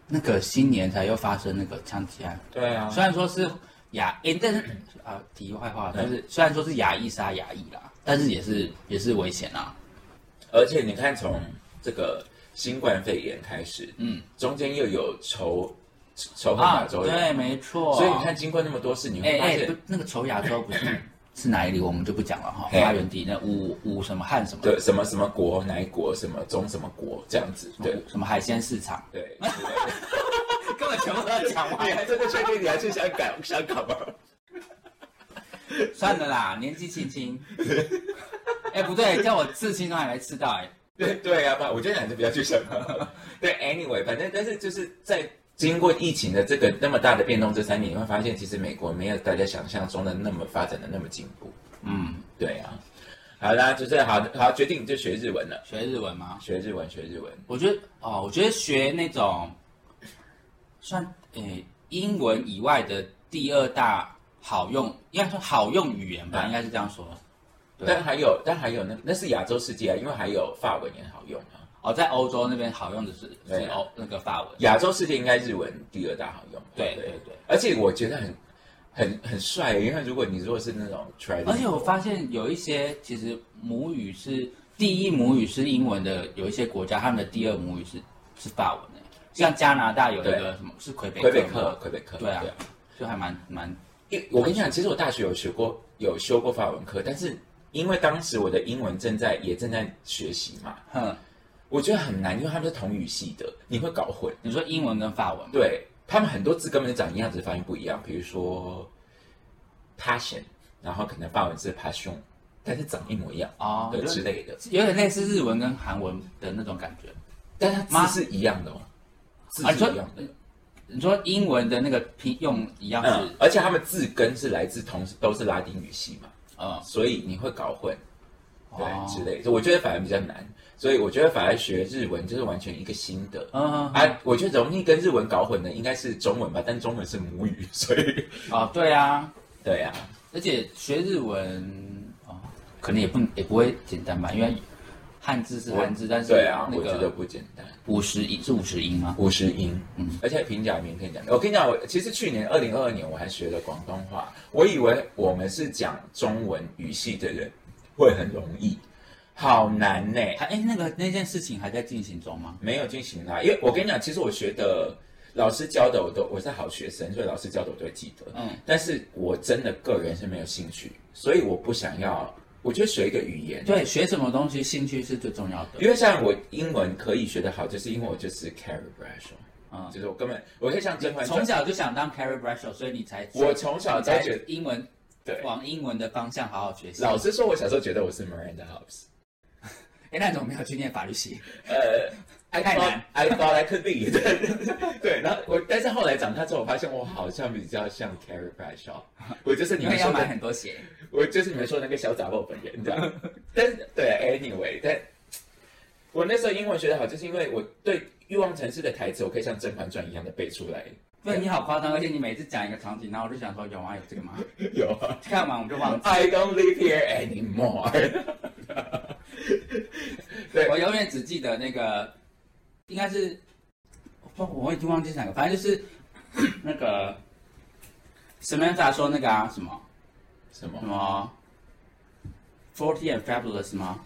S3: 那个新年才又发生那个枪击案，
S2: 对啊，
S3: 虽然说是亚，哎、但是啊，题外话就是，虽然说是亚裔杀亚裔啦，但是也是也是危险啊。
S2: 而且你看从这个新冠肺炎开始，
S3: 嗯，
S2: 中间又有仇仇恨
S3: 啊，
S2: 亚洲人，
S3: 对，没错。
S2: 所以你看，经过那么多事，你
S3: 哎
S2: 会发
S3: 哎、
S2: 现，
S3: 不那个仇亚洲不是
S2: [LAUGHS]
S3: 是哪里，我们就不讲了哈。
S2: 哎
S3: 发源地那五五什么汉什么
S2: 对什么什么国哪一国什么中什么国这样子，对
S3: 什么海鲜市
S2: [LAUGHS]
S3: 场，
S2: 对。
S3: 根本全部都讲
S2: 你还真的确定你还去香港？香港吗？
S3: 算了 [LAUGHS] 啦，年纪轻轻。哎、不对，叫我刺青都还没刺到哎、
S2: 对对啊，不，我觉得你还是不要去香港。 [LAUGHS] 对，anyway，反正但是就是在经过疫情的这个那么大的变动这三年，你会发现其实美国没有大家想象中的那么发展的那么进步。
S3: 嗯，
S2: 对啊，好啦，就是好好决定你就学日文了，
S3: 学日文吗？
S2: 学日文，学日文。
S3: 我觉得哦，我觉得学那种算诶、英文以外的第二大好用，应该说好用语言吧，
S2: 嗯
S3: 应该是这样说。对
S2: 但还有，但还有那那是亚洲世界啊，因为还有法文也好用啊。
S3: 哦，在欧洲那边好用的是
S2: 对
S3: 是欧那个法文，
S2: 亚洲世界应该日文第二大好用。
S3: 对对对。
S2: 而且我觉得很很很帅，因为如果你如果是那种 t r a
S3: 而且我哎发现有一些其实母语是第一母语是英文的，有一些国家他们的第二母语是是法文诶、像加拿大有一个什么是魁北克
S2: 魁
S3: 吗，
S2: 北克，魁北克，
S3: 对啊，就还蛮蛮
S2: 因为我跟你讲，其实我大学有学过，有修过法文课，但是因为当时我的英文正在也正在学习嘛，
S3: 哼。
S2: 我觉得很难，因为他们是同语系的，你会搞混。
S3: 你说英文跟法文吗？
S2: 对他们很多字根本就长一样，只是发音不一样。比如说 passion，然后可能法文是 passion，但是长一模一样
S3: 哦，
S2: 对
S3: 就是
S2: 之类的，
S3: 有点类似日文跟韩文的那种感觉。
S2: 但是它
S3: 妈
S2: 字是一样的哦，字
S3: 啊
S2: 是
S3: 你说
S2: 一样的。
S3: 你说英文的那个拼用一样
S2: 嗯
S3: 是，
S2: 而且他们字根是来自同都是拉丁语系嘛，
S3: 嗯，
S2: 所以你会搞混，对、
S3: 哦
S2: 之类的。我觉得反而比较难，所以我觉得反而学日文就是完全一个新的。
S3: 嗯
S2: 啊，我觉得容易跟日文搞混的应该是中文吧，但中文是母语，所以 [LAUGHS]
S3: 哦，对啊，
S2: 对呀、
S3: 而且学日文哦，可能也不也不会简单吧，因为汉字是
S2: 我
S3: 汉字，但是
S2: 对啊，
S3: 那
S2: 我觉得
S3: 个
S2: 不简单。
S3: 五十音是五十音吗？
S2: 五十音，嗯，而且平假名可以讲。我跟你讲，我其实去年二零二二年我还学了广东话，我以为我们是讲中文语系的人会很容易，好难呢、
S3: 还哎，那个那件事情还在进行中吗？
S2: 没有进行啦。因为我跟你讲，其实我学的老师教的我都我是好学生，所以老师教的我都会记得。
S3: 嗯，
S2: 但是我真的个人是没有兴趣，所以我不想要。我觉得学一个语言，
S3: 对，学什么东西兴趣是最重要的。
S2: 因为像我英文可以学得好，就是因为我就是 carry brush，
S3: 嗯
S2: 就是我根本我可以像甄嬛
S3: 从
S2: 传，
S3: 小就想当 Carrie Bradshaw，所以你才
S2: 我从小
S3: 你
S2: 就
S3: 才
S2: 觉得
S3: 英文
S2: 对。
S3: 往英文的方向好好学习。
S2: 老实说，我小时候觉得我是 Miranda Hobbs，
S3: 哎，那你怎么没有去念法律 [LAUGHS] 系？
S2: 呃，I
S3: 太
S2: thought
S3: 难
S2: I thought I could be，对 [LAUGHS] 对，然后我，但是后来长大之后，我发现我好像比较像 Carrie Bradshaw，我就是你
S3: 因
S2: 们
S3: 为要
S2: 说
S3: 买
S2: 的，
S3: 很多鞋。
S2: 我就是你们说的那个小杂货本人这样。但是对，anyway，但我那时候英文学得好，就是因为我对《欲望城市》的台词，我可以像《甄嬛传》一样的背出来。
S3: 对你好夸张，而且你每次讲一个场景，然后我就想说有吗？有这个吗？ [LAUGHS]
S2: 有啊
S3: 看完我就忘记。
S2: ，I don't live here anymore。对
S3: 我永远只记得那个，应该是，我我已经忘记是哪个，反正就是 [COUGHS] 那个 Samantha 说那个啊什么
S2: 什
S3: 什
S2: 么
S3: 么 Forty and Fabulous 吗？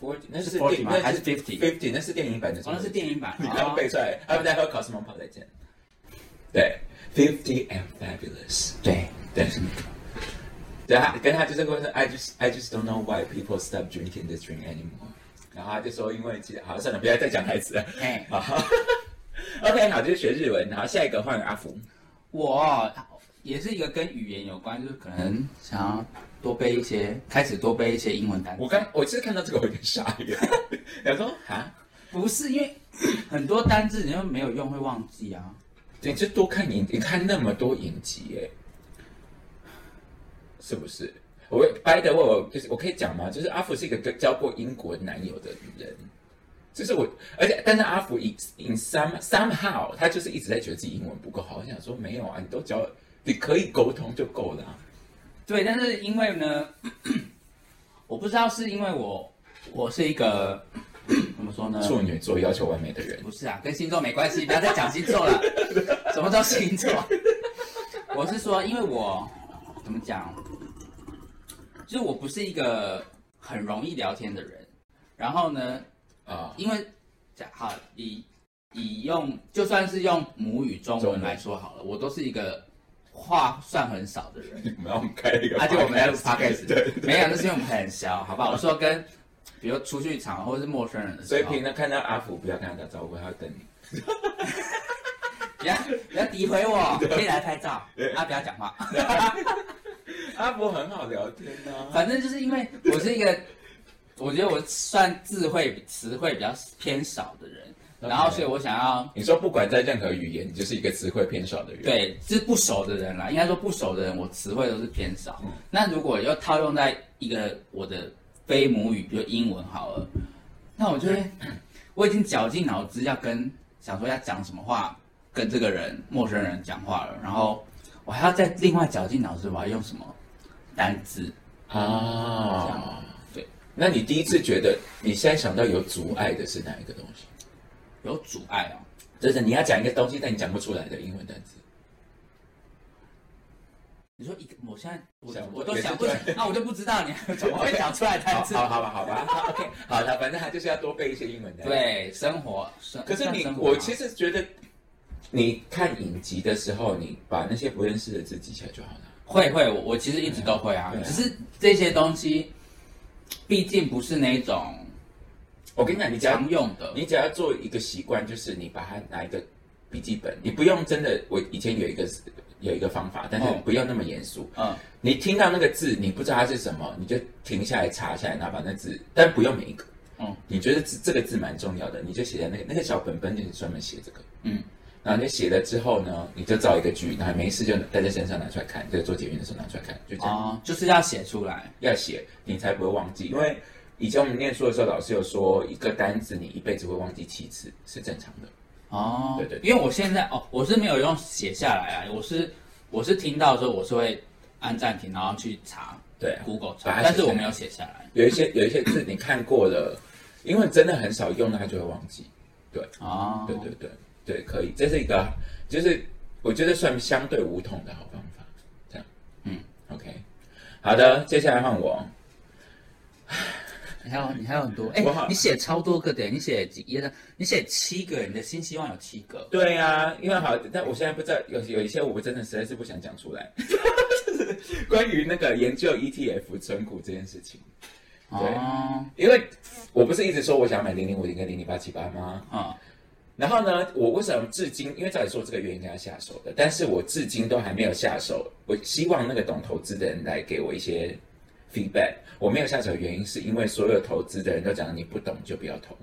S2: ？Forty？那
S3: 哦是
S2: 是
S3: 40
S2: 电
S3: 吗还是50？
S2: Fifty？那是电影版的中
S3: 哦，
S2: 文，
S3: 那是电影版。
S2: 你刚背
S3: 哦
S2: 出来， [LAUGHS] 他们在喝 Cosmopolitan。对，Fifty and Fabulous。
S3: 对，
S2: 对，对他跟他就是跟我说，I just I just don't know why people stop drinking this drink anymore。然后他就说，因为其实好，算了，不要再讲台词了。
S3: 哎，
S2: 好 [LAUGHS] ，OK，好，就是学日文。然后下一个换阿福，
S3: 我也是一个跟语言有关，就是可
S2: 嗯
S3: 能想要多背一些，开始多背一些英文单词。
S2: 我刚我其实看到这个我有点傻眼， [LAUGHS] 想说啊，
S3: 不是因为 [COUGHS] 很多单字你又没有用会忘记啊。
S2: 你就多看影，你看那么多影集哎，是不是？我 by the way，我就是我可以讲吗？就是阿福是一个跟交过英国男友的人，就是我，而且但是阿福 in in some somehow，他就是一直在觉得自己英文不够好。我想说没有啊，你都教，你可以沟通就够了啊、
S3: 对，但是因为呢， [COUGHS] 我不知道是因为我我是一个 [COUGHS] 怎么说呢？
S2: 处女座要求完美的人，
S3: 不是啊，跟星座没关系，不要再讲星座
S2: [LAUGHS]
S3: 了。什么叫星座？我是说，因为我怎么讲，就是我不是一个很容易聊天的人。然后呢，
S2: 啊、
S3: 因为讲好以以用就算是用母语中
S2: 中
S3: 文
S2: 文
S3: 来说好了，我都是一个话算很少
S2: [LAUGHS]
S3: 的人。
S2: 我们要开一个 podcast，
S3: 而啊且我们在录
S2: [LAUGHS]
S3: podcast，
S2: 对，对
S3: 没有，那是因为我们很小，好不好？我说跟，比如出去场合或是陌生人的时
S2: 所
S3: 候，
S2: 以平常看到阿福，不要跟他打招呼，他会瞪你。
S3: 不要不要诋毁我，可以来拍照，啊，不要讲话。
S2: 阿福很好聊天啊，
S3: 反正就是因为我是一个，我觉得我算智慧词汇比较偏少的人，然后所以我想要
S2: 你说不管在任何语言，你就是一个词汇偏少的人。，
S3: 对，就是不熟的人啦，应该说不熟的人，我词汇都是偏少。
S2: 嗯
S3: 那如果要套用在一个我的非母语，比如英文好了，那我
S2: [LAUGHS]
S3: 就会，我已经绞尽脑汁要跟想说要讲什么话跟这个人陌生人讲话了，然后我还要再另外绞尽脑汁，我要用什么单字？这
S2: 啊
S3: 样，对，
S2: 那你第一次觉得你现在想到有阻碍的是哪一个东西？
S3: 有阻碍哦。
S2: 就是你要讲一个东西，但你讲不出来的英文单词。
S3: 你说一个，我现在我
S2: 想不
S3: 我都
S2: 也是
S3: 想不起
S2: 对
S3: 啊，我就不知道你
S2: [LAUGHS]
S3: 怎么会讲出来单
S2: 好
S3: 字。
S2: 好好吧，好吧，OK，好了，反正他就是要多背一些英文单词。
S3: 对，生活生。
S2: 可是你
S3: 算，生活
S2: 我
S3: 吗
S2: 其实觉得，你看影集的时候，你把那些不认识的字记起来就好了。
S3: 会会，我我其实一直都会啊，
S2: 对啊
S3: 只是这些东西，毕竟不是那种
S2: 我跟你讲，你只要
S3: 常用的。
S2: 你只要做一个习惯，就是你把它拿一个笔记本，你不用真的。我以前有一个有一个方法，但是
S3: 哦
S2: 不要那么严肃。
S3: 嗯，
S2: 你听到那个字，你不知道它是什么，你就停下来查下来，然后把那字，但不用每一个。
S3: 嗯，
S2: 你觉得这这个字蛮重要的，你就写在那个那个小本本，就是专门写这个。
S3: 嗯，
S2: 然后你写了之后呢，你就造一个句，然后没事就带在身上拿出来看，就做捷运的时候拿出来看，就这样。
S3: 哦，就是要写出来。
S2: 要写，你才不会忘记。因为以前我们念书的时候，老师有说，一个单字你一辈子会忘记七次是正常的。
S3: 哦，
S2: 对对对
S3: 因为我现在哦，我是没有用写下来啊，我是我是听到的时候，我是会按暂停，然后去查
S2: 对啊
S3: Google
S2: 把它写
S3: 查，但是
S2: 下来
S3: 我没有写下来。
S2: 有一些有一些字你看过了，因为真的很少用，它就会忘记。
S3: 哦，
S2: 对对对对，可以，这是一个，就是我觉得算相对无痛的好方法。这样，
S3: 嗯
S2: ，OK，好的，接下来换我。
S3: 你还有你还有很多，哎
S2: 我好
S3: 你写超多个的，你写几页的？你写七个，你的新希望有七个。
S2: 对啊，因为好，但我现在不知道有有一些我真的实在是不想讲出 [LAUGHS] 来，就是关于那个研究 ETF 存股这件事情。
S3: 哦，
S2: 因为我不是一直说我想买零零五零跟零零八七八吗？
S3: 嗯，
S2: 然后呢，我为什么至今，因为照理说这个月应该要下手的，但是我至今都还没有下手。我希望那个懂投资的人来给我一些 feedback。我没有下手的原因是因为所有投资的人都讲你不懂就不要投，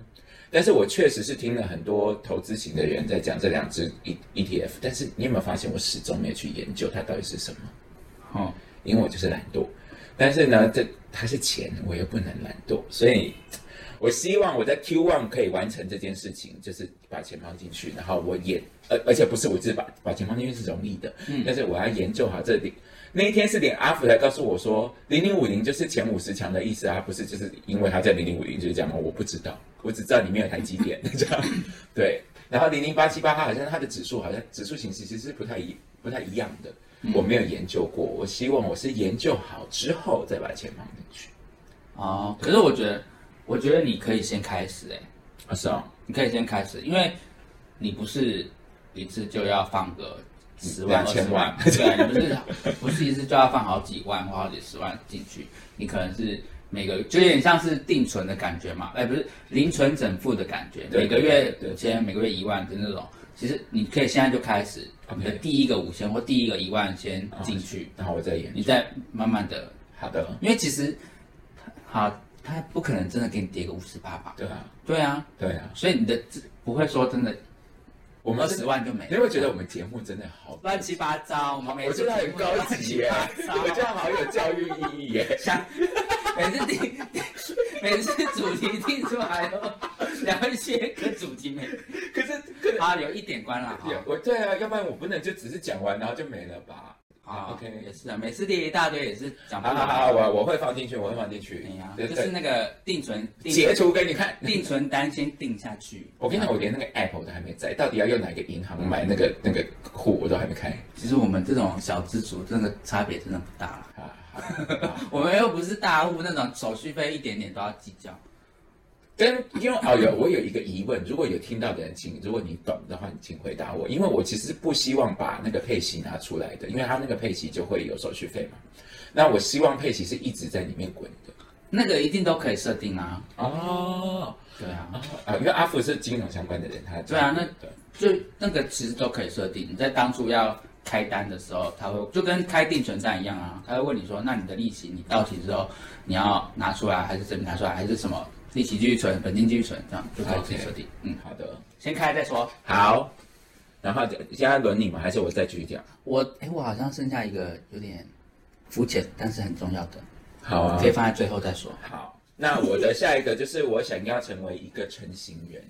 S2: 但是我确实是听了很多投资型的人在讲这两只 E ETF，但是你有没有发现我始终没有去研究它到底是什么？
S3: 哦，
S2: 因为我就是懒惰。但是呢，这它是钱，我又不能懒惰，所以我希望我在 Q one 可以完成这件事情，就是把钱放进去，然后我也，而而且不是我自己把把钱放进去是容易的，但是我要研究好这里。那一天是连阿福才告诉我说，零零五零就是前五十强的意思啊，不是就是因为它叫零零五零就是这样吗？我不知道，我只知道里面有台积电这样，对。然后零零八七八，它好像它的指数好像指数形式其实是不太一不太一样的，我没有研究过，我希望我是研究好之后再把钱放进去。
S3: 哦，可是我觉得，我觉得你可以先开始哎、
S2: 啊，是啊、
S3: 你可以先开始，因为你不是一次就要放个十万、
S2: 两千万
S3: 20对，你不是不是一次就要放好几万或好几十万进去，你可能是每个就有点像是定存的感觉嘛，哎，不是零存整付的感觉，
S2: 对
S3: 每个月
S2: 对对
S3: 五千，每个月一万的那种。其实你可以现在就开始，你的
S2: OK
S3: 第一个五千或第一个一万先进去，
S2: 然后我再研
S3: 你
S2: 究。
S3: 再慢慢的，
S2: 好的，
S3: 因为其实，好，他不可能真的给你跌个五十八吧？
S2: 对啊，
S3: 对啊，
S2: 对啊，
S3: 所以你的自不会说真的
S2: 我们
S3: 二十，万就没
S2: 你
S3: 了，
S2: 会觉得我们节目真的好，
S3: 乱七八糟。我们每
S2: 我
S3: 次
S2: 觉得很高级耶，
S3: 啊
S2: 我觉
S3: 我
S2: 得好有教育意义
S3: [LAUGHS]
S2: 耶。
S3: 想每次定 [LAUGHS] 每次主题定出来哦都聊一些跟主题没
S2: 可是，可是，
S3: 啊有一点关了哈。
S2: 我对啊，要不然我不能就只是讲完然后就没了吧？啊，OK
S3: 也是啊，每次列一大堆也是讲不
S2: 好
S3: 完。
S2: 好好，我我会放进去，我会放进去
S3: 啊哎呀，，
S2: 对
S3: 就是
S2: 对，
S3: 那个定存定
S2: 截图给你看。
S3: 定存单先定下
S2: [LAUGHS]
S3: 去。
S2: 我跟你讲，我连那个
S3: 啊
S2: app 我都还没在，到底要用哪个银行买那个那个户我都还没开
S3: 其实我们这种小资族，真的差别真的不大了。
S2: 啊。
S3: 我们又不是大户那种手续费一点点都要计较。
S2: 跟因为哦有我有一个疑问，如果有听到的人，请如果你懂的话，你请回答我，因为我其实不希望把那个配息拿出来的，因为它那个配息就会有手续费嘛。那我希望配息是一直在里面滚的。
S3: 那个一定都可以设定啊，
S2: 哦，
S3: 对啊，
S2: 啊，因为阿福是金融相关的人，他
S3: 对啊那
S2: 对
S3: 就那个其实都可以设定。你在当初要开单的时候，他会就跟开定存单一样啊，他会问你说，那你的利息你到期之后你要拿出来，还是怎么拿出来，还是什么利息继续存，本金继续存，这样就可以自己设定。嗯，
S2: 好的，
S3: 先开再说。
S2: 好。然后现在轮你吗？还是我再继续讲？
S3: 我哎，我好像剩下一个有点肤浅，但是很重要的，
S2: 好啊
S3: 可以放在最后再说。
S2: 好。那我的下一个就是我想要成为一个成型
S3: [LAUGHS]
S2: 人，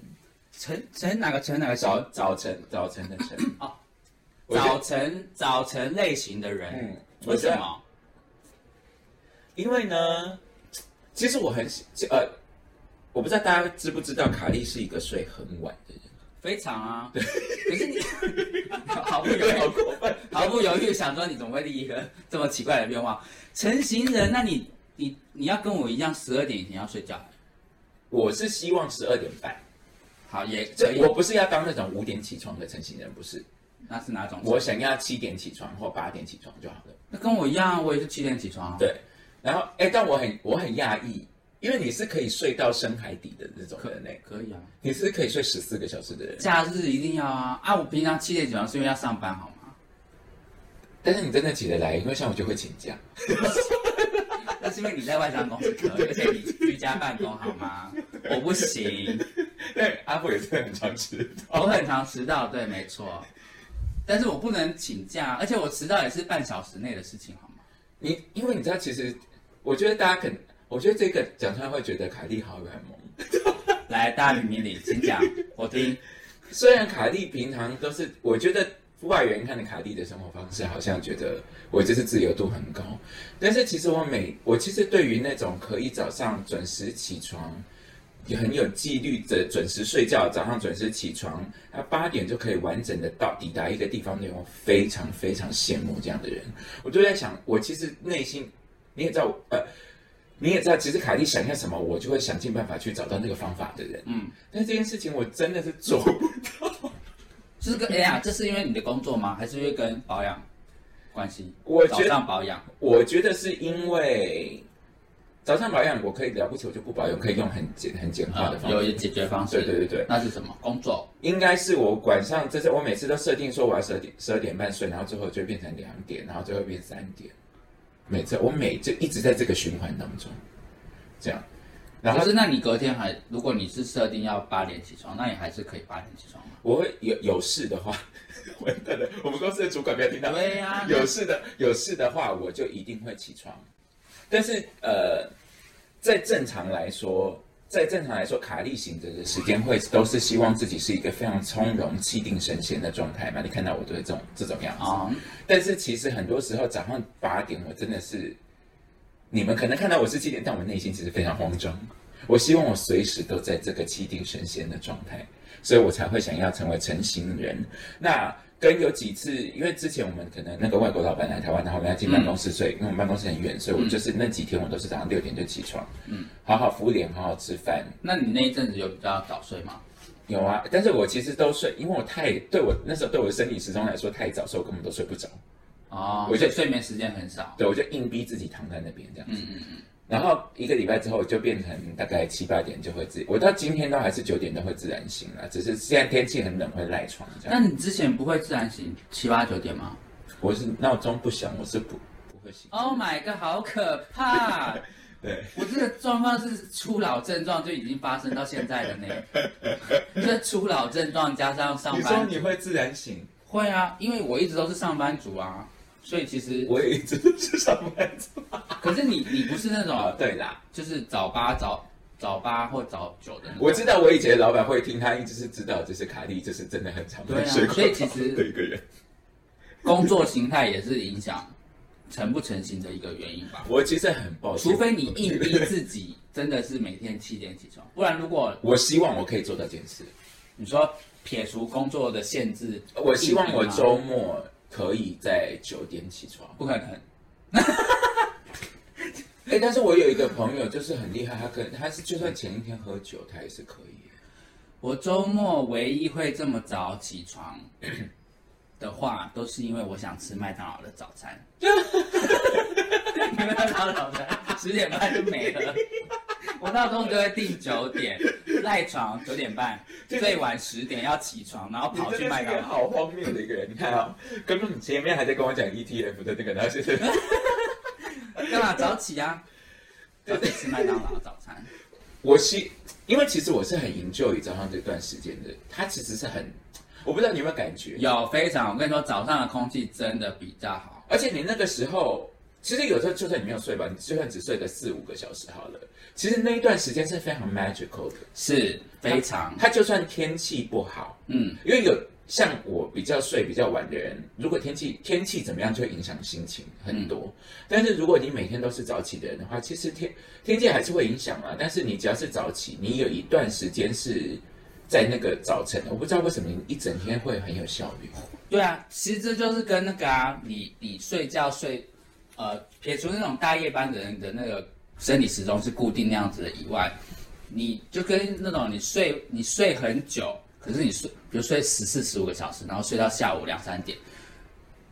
S3: 晨晨哪个晨哪个小
S2: 早早晨早晨的晨。
S3: 哦
S2: 我觉得
S3: 早晨早晨类型的人，
S2: 嗯
S3: 为
S2: 我觉
S3: 什
S2: 得
S3: 么？
S2: 因为呢，其实我很喜呃，我不知道大家知不知道，卡莉是一个睡很晚的人，
S3: 非常啊，可是你
S2: [LAUGHS]
S3: 毫不犹
S2: 对，好
S3: 豫，
S2: 过分。
S3: 毫不犹豫想说你怎么会立一个这么奇怪的愿望？成型人，那你你你要跟我一样，十二点以前要睡觉，
S2: [LAUGHS] 我是希望十二点半，
S3: 好也可
S2: 这
S3: 以
S2: 我，不是要当那种五点起床的成型人，不是，
S3: 那是哪种？
S2: 我想要七点起床或八点起床就好了。
S3: 那跟我一样，我也是七点起床啊。
S2: 对，然后哎，但我很我很讶异，因为你是可以睡到深海底的那种
S3: 可
S2: 人嘞，
S3: 可以啊，
S2: 你是可以睡十四个小时的人，
S3: 假日一定要啊啊！我平常七点起床是因为要上班，好吗？
S2: 但是你真的起得来，因为像我就会请假。
S3: 那是因为你在外商公司可以，而且你居家办公，好吗？我不行。
S2: 对，阿布也是很常迟到。
S3: 我很常迟到，对，没错。但是我不能请假，而且我迟到也是半小时内的事情，好吗？
S2: 你因为你知道，其实我觉得大家可能，我觉得这个讲出来会觉得凯莉好软萌。
S3: 来，大家评评理，请讲，我听。
S2: 虽然凯莉平常都是，我觉得外人看的凯莉的生活方式，好像觉得我就是自由度很高，但是其实我每我其实对于那种可以早上准时起床。也很有纪律的准时睡觉，早上准时起床，他八点就可以完整的到抵达一个地方，那种非常非常羡慕这样的人。我就在想，我其实内心你也知道我，呃，你也知道，其实凯莉想要什么，我就会想尽办法去找到那个方法的人。
S3: 嗯，
S2: 但这件事情我真的是做不
S3: 这是跟哎呀，这是因为你的工作吗？还是因为跟保养关系？
S2: 我
S3: 早
S2: 觉得，
S3: 上保养，
S2: 我觉得是因为早上保养，我可以了不起，我就不保养，可以用很简很简化的
S3: 呃，
S2: 方法。
S3: 有一解决方式。
S2: 对对对对，
S3: 那是什么工作？
S2: 应该是我晚上，这是我每次都设定说我要十二点十二点半睡，然后最后就变成两点，然后最后变三点。每次我每就一直在这个循环当中，这样。然
S3: 可
S2: 后
S3: 是那你隔天还，如果你是设定要八点起床，那你还是可以八点起床吗？
S2: 我会有有事的话， [LAUGHS] 完蛋了，我们公司的主管不要听到。
S3: 对呀
S2: 有事的有事的话，我就一定会起床。但是呃，在正常来说，在正常来说，卡利行的时间会都是希望自己是一个非常从容、气定神闲的状态嘛。你看到我都是这种这种样子。
S3: 啊、
S2: 但是其实很多时候早上八点，我真的是，你们可能看到我是七点，但我内心其实非常慌张。我希望我随时都在这个气定神闲的状态，所以我才会想要成为成型人。那跟有几次，因为之前我们可能那个外国老板来台湾，然后我们要进办公室，所以因为我们办公室很远，所以我就是那几天我都是早上六点就起床，嗯，好好敷脸，好好吃饭，
S3: 那你那一阵子有比较早睡吗？
S2: 有啊，但是我其实都睡，因为我太对我那时候对我的生理时钟来说太早，所以我根本都睡不着。
S3: 哦，
S2: 我
S3: 所
S2: 就
S3: 以睡眠时间很少。
S2: 对，我就硬逼自己躺在那边这样
S3: 嗯
S2: 子。然后一个礼拜之后，我就变成大概七八点就会自，我到今天都还是九点都会自然醒了，只是现在天气很冷会赖床这
S3: 那
S2: 样。
S3: 你之前不会自然醒七八九点吗？
S2: 我是闹钟不响，我是不不会醒。
S3: Oh my god，好可怕！
S2: 对，
S3: 我这个状况是初老症状就已经发生到现在了呢，这初老症状加上上
S2: 你说
S3: 班族
S2: 你会自然醒，
S3: 会啊，因为我一直都是上班族啊，所以其实
S2: 我也一直都是上班
S3: [LAUGHS]
S2: 族。
S3: 可是你你不是那
S2: 哦
S3: 种，
S2: 对啦，
S3: 就是早八早早八或早九的那种，
S2: 我知道我以前的老板会听，他一直是知道，就是卡莉，就是真的很常
S3: 对啊
S2: 睡过
S3: 所以其实
S2: 头的一个人。
S3: 工作形态也是影响成不成型的一个原因吧。
S2: 我其实很抱歉，
S3: 除非你硬逼自己，真的是每天七点起床，不然如果
S2: 我希望我可以做到这件事，
S3: 你说撇除工作的限制，
S2: 我希望我
S3: 硬逼吗
S2: 周末可以在九点起床。
S3: 不可能，
S2: 哎、但是我有一个朋友就是很厉害，他可他是就算前一天喝酒，他也是可以。
S3: 我周末唯一会这么早起床 [CLEARS THROAT] 的话，都是因为我想吃麦当劳的早餐。你们麦当劳早餐十点半就没了，我闹钟就会定九点，赖床九点半，最晚十点要起床，然后跑去麦当劳。
S2: 好荒谬的一个人，你看啊、刚刚你前面还在跟我讲 ETF 的那个，然后现在
S3: 干嘛早起啊？早起吃麦当劳早餐。
S2: 我希，因为其实我是很营救于早上这段时间的，它其实是很，我不知道你有没有感觉，
S3: 有非常，我跟你说，早上的空气真的比较好。
S2: 而且你那个时候，其实有时候就算你没有睡吧，你就算只睡个四五个小时好了，其实那一段时间是非常 magical 的，
S3: 是非常，
S2: 它就算天气不好，
S3: 嗯，
S2: 因为有像我比较睡比较晚的人，如果天气天气怎么样，就会影响心情很多。但是如果你每天都是早起的人的话，其实天天气还是会影响啊。但是你只要是早起，你有一段时间是在那个早晨，我不知道为什么你一整天会很有效率。
S3: 对啊，其实这就是跟那个啊，你你睡觉睡，呃，撇除那种大夜班的人的那个生理时钟是固定那样子的以外，你就跟那种你睡你睡很久，可是你睡比如睡十四十五个小时，然后睡到下午两三点，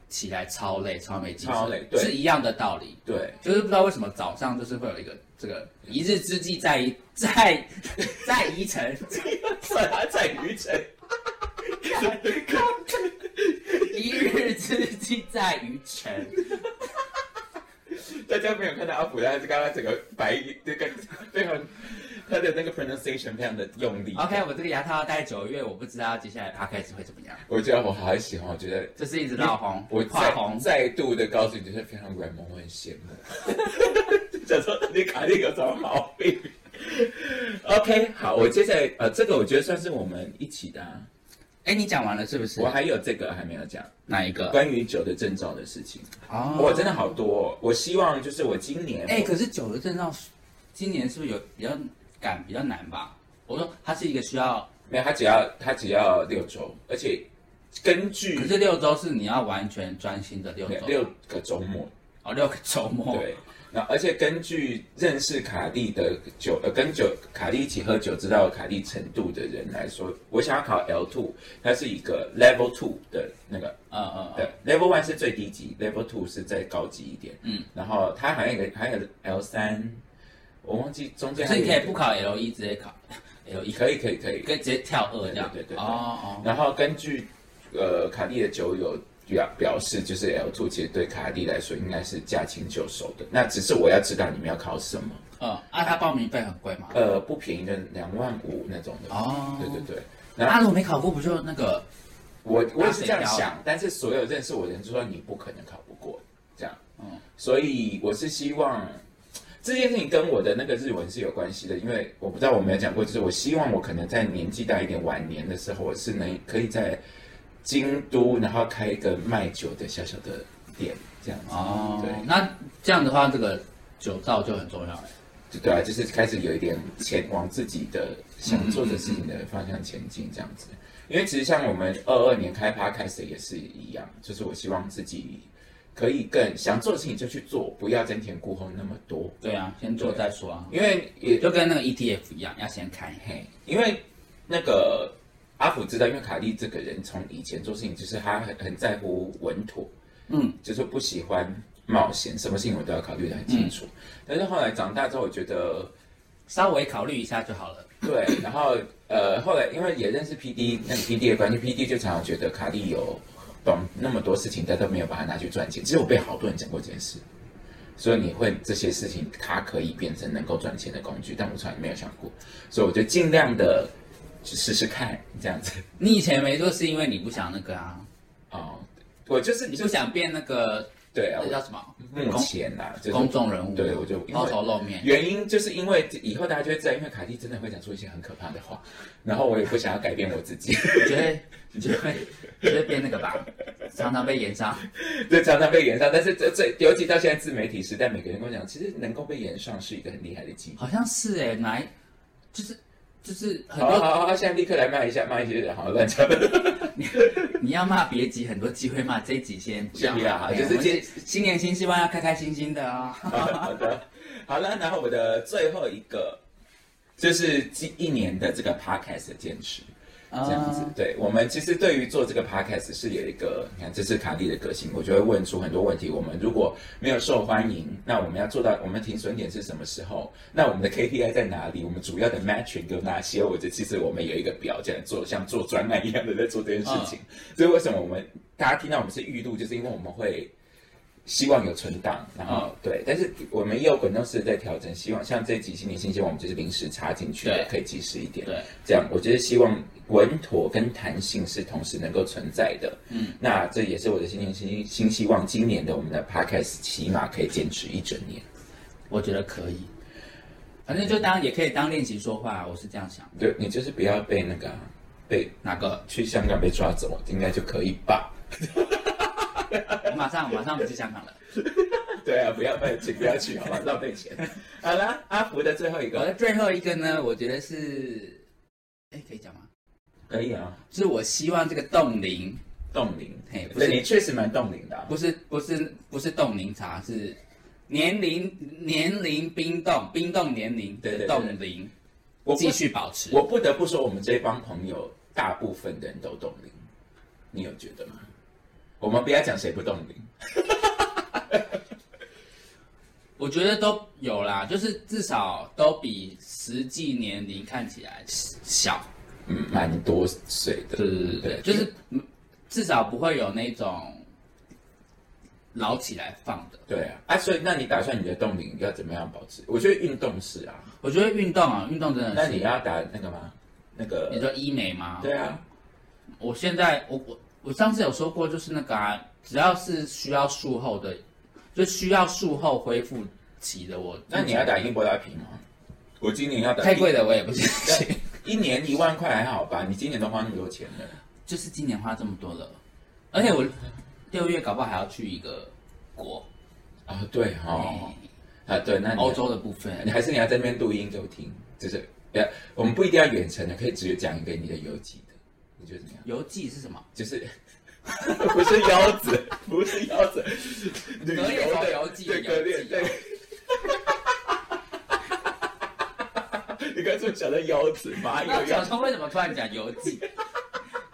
S3: 起来超累超没精神，
S2: 超累对
S3: 是一样的道理。
S2: 对，
S3: 就是不知道为什么早上就是会有一个这个一日之计在于在 [LAUGHS] 在于晨，
S2: [LAUGHS] 他在于晨，
S3: 一日之计在于晨。
S2: 大家没有看到阿普，他是刚刚整个白衣这个非常他的那个 pronunciation 非常的用力。
S3: OK，我这个牙套要戴九个月，我不知道接下来 podcast 会怎么样，
S2: 我觉得我好喜欢，我觉得
S3: 就是一直闹红，
S2: 我
S3: 画
S2: 再
S3: 红。
S2: 再度的告诉你，就是非常软萌，我很羡慕。 [LAUGHS] 想说你卡定有什么毛病？OK，好，我接下来呃，这个我觉得算是我们一起的、啊。
S3: 哎，你讲完了是不是
S2: 我？还有这个还没有讲，
S3: 哪一个？
S2: 关于酒的症状的事情，我
S3: 哦，
S2: 真的好多、哦。我希望就是我今年，哦
S3: 哎，可是九的症状，今年是不是有比较赶比较难吧？我说它是一个需要，
S2: 没有，他只要他只要六周，而且根据
S3: 可是六周是你要完全专心的六周，
S2: 六个周末，
S3: 哦六个周末，
S2: 对，那而且根据认识卡蒂的酒，呃，跟酒卡蒂一起喝酒，知道卡蒂程度的人来说，我想要考 L two，它是一个 level two 的那个，呃
S3: 嗯嗯嗯
S2: 对，level one 是最低级，level two 是再高级一点，
S3: 嗯，
S2: 然后它还有一个还有 L 三，我忘记中间
S3: 可
S2: 还
S3: 是
S2: 有
S3: 你
S2: 一
S3: 可以
S2: 个
S3: 不考 L 一直接考 L 一，
S2: 可以可以可以
S3: 可以直接跳二这样。
S2: 对对对对
S3: 哦哦，
S2: 然后根据呃卡蒂的酒友表表示，就是 L two 其实对卡蒂来说应该是驾轻就熟的，那只是我要知道你们要考什么。
S3: 嗯，啊，他报名费很贵吗？
S2: 呃，不便宜的两万五那种的。
S3: 哦
S2: 对对对。然
S3: 啊，
S2: 后
S3: 如果没考过，不就那个？
S2: 我我也是这样想，但是所有认识我的人就说你不可能考不过，这样。
S3: 嗯
S2: 所以我是希望这件事情跟我的那个日文是有关系的，因为我不知道我没有讲过，就是我希望我可能在年纪大一点，晚年的时候，我是能可以在京都，然后开一个卖酒的小小的店，这样子。
S3: 哦，
S2: 对。
S3: 那这样的话，这个酒造就很重要了。
S2: 就对啊，就是开始有一点前往自己的想做的事情的方向前进这样子。因为其实像我们二二年开趴开始也是一样，就是我希望自己可以更想做的事情就去做，不要瞻前顾后那么多。
S3: 对啊，先做再说啊，
S2: 因为也
S3: 就跟那个 ETF 一样，要先看。
S2: 嘿，因为那个阿福知道，因为卡莉这个人从以前做事情就是他很很在乎稳妥，
S3: 嗯，
S2: 就是不喜欢冒险，什么事情我都要考虑的很清楚。
S3: 嗯
S2: 但是后来长大之后，我觉得。
S3: 稍微考虑一下就好了。
S2: 对，然后呃，后来因为也认识 P D，那个 P D 的关系，P D 就常常觉得卡利有懂那么多事情，但都没有把它拿去赚钱。其实我被好多人讲过这件事，所以你会这些事情，它可以变成能够赚钱的工具，但我从来没有想过，所以我就尽量的去试试看这样子。
S3: 你以前没做，是因为你不想那个啊，
S2: 哦，我就是
S3: 你
S2: 就
S3: 不想变那个
S2: 对啊
S3: 那，叫什么？
S2: 我目前呐、就是
S3: 公众人物，啊
S2: 对我就因
S3: 抛
S2: 为
S3: 头露
S2: [LAUGHS]
S3: 面。
S2: 原因就是因为以后大家就会知道，因为凯蒂真的会讲出一些很可怕的话，然后我也不想要改变我自己，
S3: 你觉得你觉得你觉得变那个吧？常常被延上，
S2: [LAUGHS] 就常常被延上。但是这这尤其到现在自媒体时代，每个人跟我讲，其实能够被延上是一个很厉害的技能。
S3: 好像是哎、欸，哪一就是就是很
S2: 好
S3: 多
S2: 好好，现在立刻来骂一下，骂一些人，好乱讲。
S3: 你要骂别集，很多机会骂，这一集先不要
S2: 先不要
S3: 哎
S2: 就是
S3: 我们
S2: 今
S3: 新年新希望，要开开心心的啊、哦。
S2: [LAUGHS] 好的，好了，然后我的最后一个就是近一年的这个 podcast 的坚持。这样子
S3: 嗯，
S2: 对我们其实对于做这个 podcast 是有一个，你看这是卡莉的个性，我就会问出很多问题。我们如果没有受欢迎，那我们要做到我们停损点是什么时候？那我们的 KPI 在哪里？我们主要的 matching 有哪些？我觉得其实我们有一个表，这样做像做专栏一样的在做这件事情。所以为什么我们大家听到我们是预录，就是因为我们会希望有存档，然后对，但是我们也有滚动式的在调整，希望像这几期年新希望我们就是临时插进去的
S3: 对，
S2: 可以及时一点。
S3: 对，
S2: 这样我就是希望稳妥跟弹性是同时能够存在的。嗯，那这也是我的新年新新希望，今年的我们的 podcast 起码可以坚持一整年。
S3: 我觉得可以，反正就当也可以当练习说话，我是这样想的。
S2: 对你就是不要被那个啊被
S3: 哪个？
S2: 去香港被抓走，应该就可以吧？
S3: 我马上我马上不去香港了。
S2: 对啊，不要被请不要去，好吧，浪费钱。好啦，阿福的最后一
S3: 我
S2: 个
S3: 的最后一个呢，我觉得是，哎，可以讲吗？
S2: 可以啊，
S3: 就是我希望这个冻龄，
S2: 冻龄，
S3: 嘿不是
S2: 对你确实蛮冻龄的、啊。
S3: 不是不是不是冻龄茶，是年龄年龄冰冻冰冻年龄
S2: 对
S3: 的
S2: 对对
S3: 冻龄，
S2: 我不
S3: 继续保持。
S2: 我不得不说，我们这帮朋友大部分人都冻龄，你有觉得吗？我们不要讲谁不冻龄，
S3: 我觉得都有啦，就是至少都比实际年龄看起来小。
S2: 嗯，蛮多岁的，
S3: 对对对，就是嗯至少不会有那种老起来放的。
S2: 对啊，啊，所以那你打算你的冻龄要怎么样保持？我觉得运动是啊，
S3: 我觉得运动啊，运动真的
S2: 那
S3: 是。
S2: 你要打那个吗？那
S3: 你
S2: 个
S3: 说医美吗？
S2: 对啊，
S3: 我现在我我我上次有说过，就是那个啊，只要是需要术后的，就需要术后恢复期的我，
S2: 那你要打英波拉皮吗？我今年要打
S3: 太贵的我也不行，
S2: 一，一年一万块还好吧？你今年都花那么多钱了，
S3: 就是今年花这么多了，而且我六月搞不好还要去一个国，哎
S2: 啊，对哦，啊对，那你
S3: 欧洲的部分，
S2: 你还是你要在那边录音给我听，就是呃，我们不一定要远程的，可以直接讲一个你的游记的，你觉得怎么样？
S3: 邮寄是什么？
S2: 就是
S3: [LAUGHS]
S2: 不是腰子，不是腰子，旅游
S3: 隔夜
S2: 的
S3: 草游记
S2: 对，
S3: 游
S2: 割裂
S3: 记
S2: 对。 [LAUGHS] 你刚才是不是想到腰子，麻
S3: 那
S2: 有
S3: 小
S2: 腰，
S3: 聪为什么突然讲邮
S2: [LAUGHS]
S3: 寄？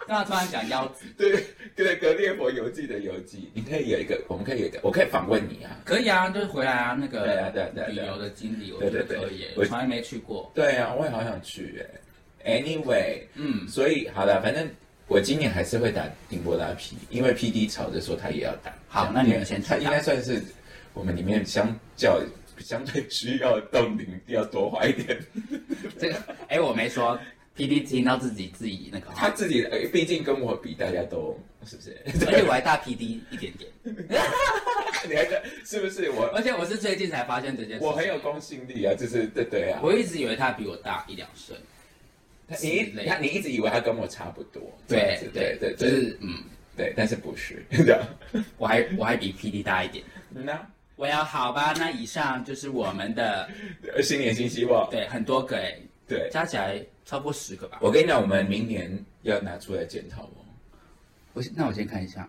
S3: 干嘛突然讲腰子？
S2: 对对，格列佛游记的游记，你可以有一个，我们可以有一个，我可以访问你啊。
S3: 可以啊，就是回来啊，那个
S2: 对啊对啊对啊
S3: 旅
S2: 对啊
S3: 游的经历，我
S2: 对
S3: 觉
S2: 对
S3: 得
S2: 对
S3: 可以耶，
S2: 我
S3: 我从来没去过。
S2: 对啊，我也好想去哎、Anyway，
S3: 嗯，
S2: 所以好了，反正我今年还是会打顶波拉皮，因为 PD 吵着说他也要打。
S3: 好
S2: 这样
S3: 那你们先去
S2: 他
S3: 打
S2: 应该算是我们里面相较相对需要动灵要多花一
S3: [LAUGHS]
S2: 点。
S3: 这个哎，我没说，P D 听到自己自己那个话，
S2: [LAUGHS] 他自己呃毕竟跟我比，大家都是不
S3: [LAUGHS]
S2: 是？
S3: 而且我还大 P D 一点点，
S2: 你还在是不是我？
S3: 而且我是最近才发现这件事。
S2: 我很有，公信力啊，就是对对啊，
S3: 我一直以为他比我大一两岁。
S2: 你
S3: 之类
S2: 他你一直以为他跟我差不多，这样子对对，
S3: 就
S2: 对
S3: 是嗯，
S2: 对，但是不是 [LAUGHS] 这样？
S3: 我还 [LAUGHS] 我还比 P D 大一点。
S2: 那
S3: 我要好吧，那以上就是我们的
S2: 新年新希望，
S3: 对很多个哎，
S2: 对，
S3: 加起来超过十个吧。
S2: 我跟你讲，我们明年要拿出来检讨哦。
S3: 我先那我先看一下，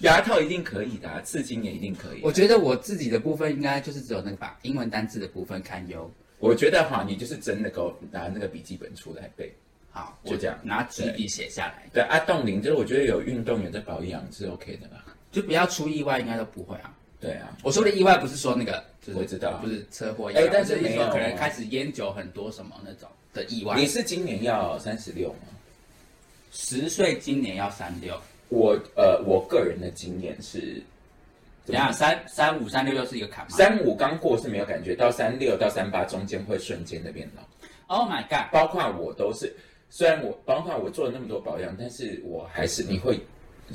S2: 牙套一定可以的、啊，刺青也一定可以。
S3: 我
S2: 我
S3: 觉得我自己的部分应该就是只有那个吧，英文单字的部分堪忧。
S2: 我觉得哈，你就是真的给我拿那个笔记本出来背。
S3: 好，
S2: 就这样
S3: 我拿纸笔写下来，
S2: 对啊，冻龄就是我觉得有运动员在保养是 OK 的啦。
S3: 就不要出意外，应该都不会啊。
S2: 对啊，
S3: 我说的意外不是说那个，就是
S2: 我知道
S3: 不是车祸意外，
S2: 哎但是
S3: 我
S2: 没
S3: 是
S2: 有
S3: 说可能开始烟酒很多什么那种的意外
S2: 你。是今年要三十六吗？
S3: 十岁今年要三六，
S2: 我呃，我个人的经验是，
S3: 怎样？三三五三六又是一个坎吗
S2: 三五刚过是没有感觉，到三六到三八中间会瞬间的变老。
S3: ？Oh my god！
S2: 包括我都是，虽然我包括我做了那么多保养，但是我还是你会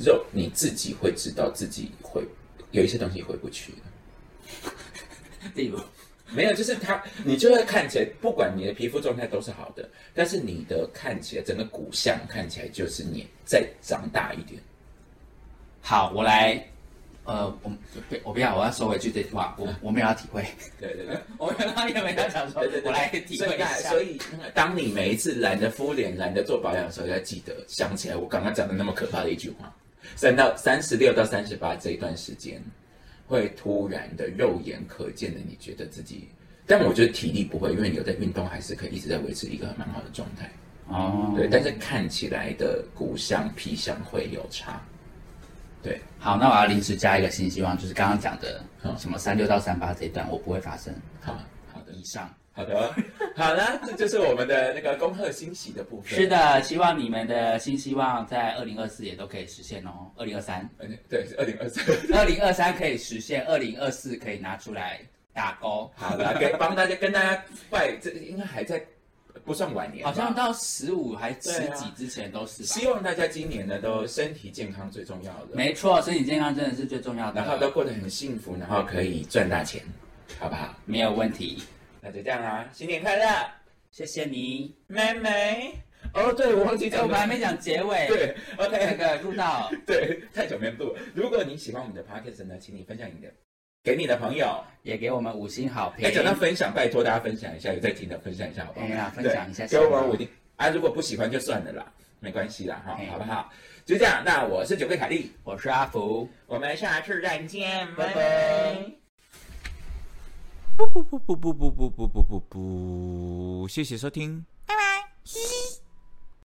S2: 肉你自己会知道自己会有一些东西回不去了。
S3: 例如，
S2: 没有，就是它，你就会看起来，不管你的皮肤状态都是好的，但是你的看起来整个骨相看起来就是你再长大一点。
S3: 好，我来，呃，我不我不要，我要收回去这句话，我我没有要体会， [LAUGHS]
S2: 对对对。
S3: 我刚刚也没有 [LAUGHS] 想说
S2: 对对，对
S3: 我来体
S2: 所
S3: 会
S2: 以
S3: 一
S2: 那
S3: 下
S2: 所。以，呃当你每一次懒得敷脸、懒得做保养的时候，要记得想起来我刚刚讲的那么可怕的一句话。三到三十六到三十八这一段时间，会突然的肉眼可见的，你觉得自己，但我觉得体力不会，因为你有在运动，还是可以一直在维持一个蛮好的状态。
S3: 哦，
S2: 对，但是看起来的骨相、皮相会有差。对，
S3: 好，那我要临时加一个新希望，就是刚刚讲的
S2: 好
S3: 什么三六到三八这一段，我不会发生。
S2: 好，好的，
S3: 以上
S2: 好的，好啦，这就是我们的那个恭贺新喜的部分。
S3: 是的，希望你们的新希望在二零二四也都可以实现哦。二零二三，
S2: 嗯，对，是二零二三。
S3: 二零二三可以实现，二零二四可以拿出来打勾。
S2: 好了，给帮大家跟大家拜，这应该还在不算晚年吧，
S3: 好像到十五还十
S2: 对啊
S3: 几之前都是吧。
S2: 希望大家今年呢都身体健康最重要的，
S3: 没错，身体健康真的是最重要的。
S2: 然后都过得很幸福，然后可以赚大钱，好不好？
S3: 没有问题，
S2: 那就这样啦，新年快乐，
S3: 谢谢你。
S2: 妹妹。哦，对，我忘记
S3: 哎、
S2: 讲
S3: 我们还
S2: 了。
S3: 没讲结尾。
S2: 对
S3: 那
S2: ，OK，
S3: 个录到，
S2: 对，太久没录了。如果你喜欢我们的 podcast 呢，请你分享你的给你的朋友。
S3: 也给我们五星好评。
S2: 哎，讲到分享，拜托大家分享一下，有在听的分享一下，好不好？
S3: 哎呀分享一下
S2: 对给我们五星啊！如果不喜欢就算了啦，没关系啦，哈
S3: 哎，
S2: 好不好？就这样，那我是九桂凯莉，
S3: 我是阿福。
S2: 我们下次再见，
S3: 拜
S2: 拜
S3: 拜
S2: 拜
S4: 不不不不不不不不不不不，谢谢收听。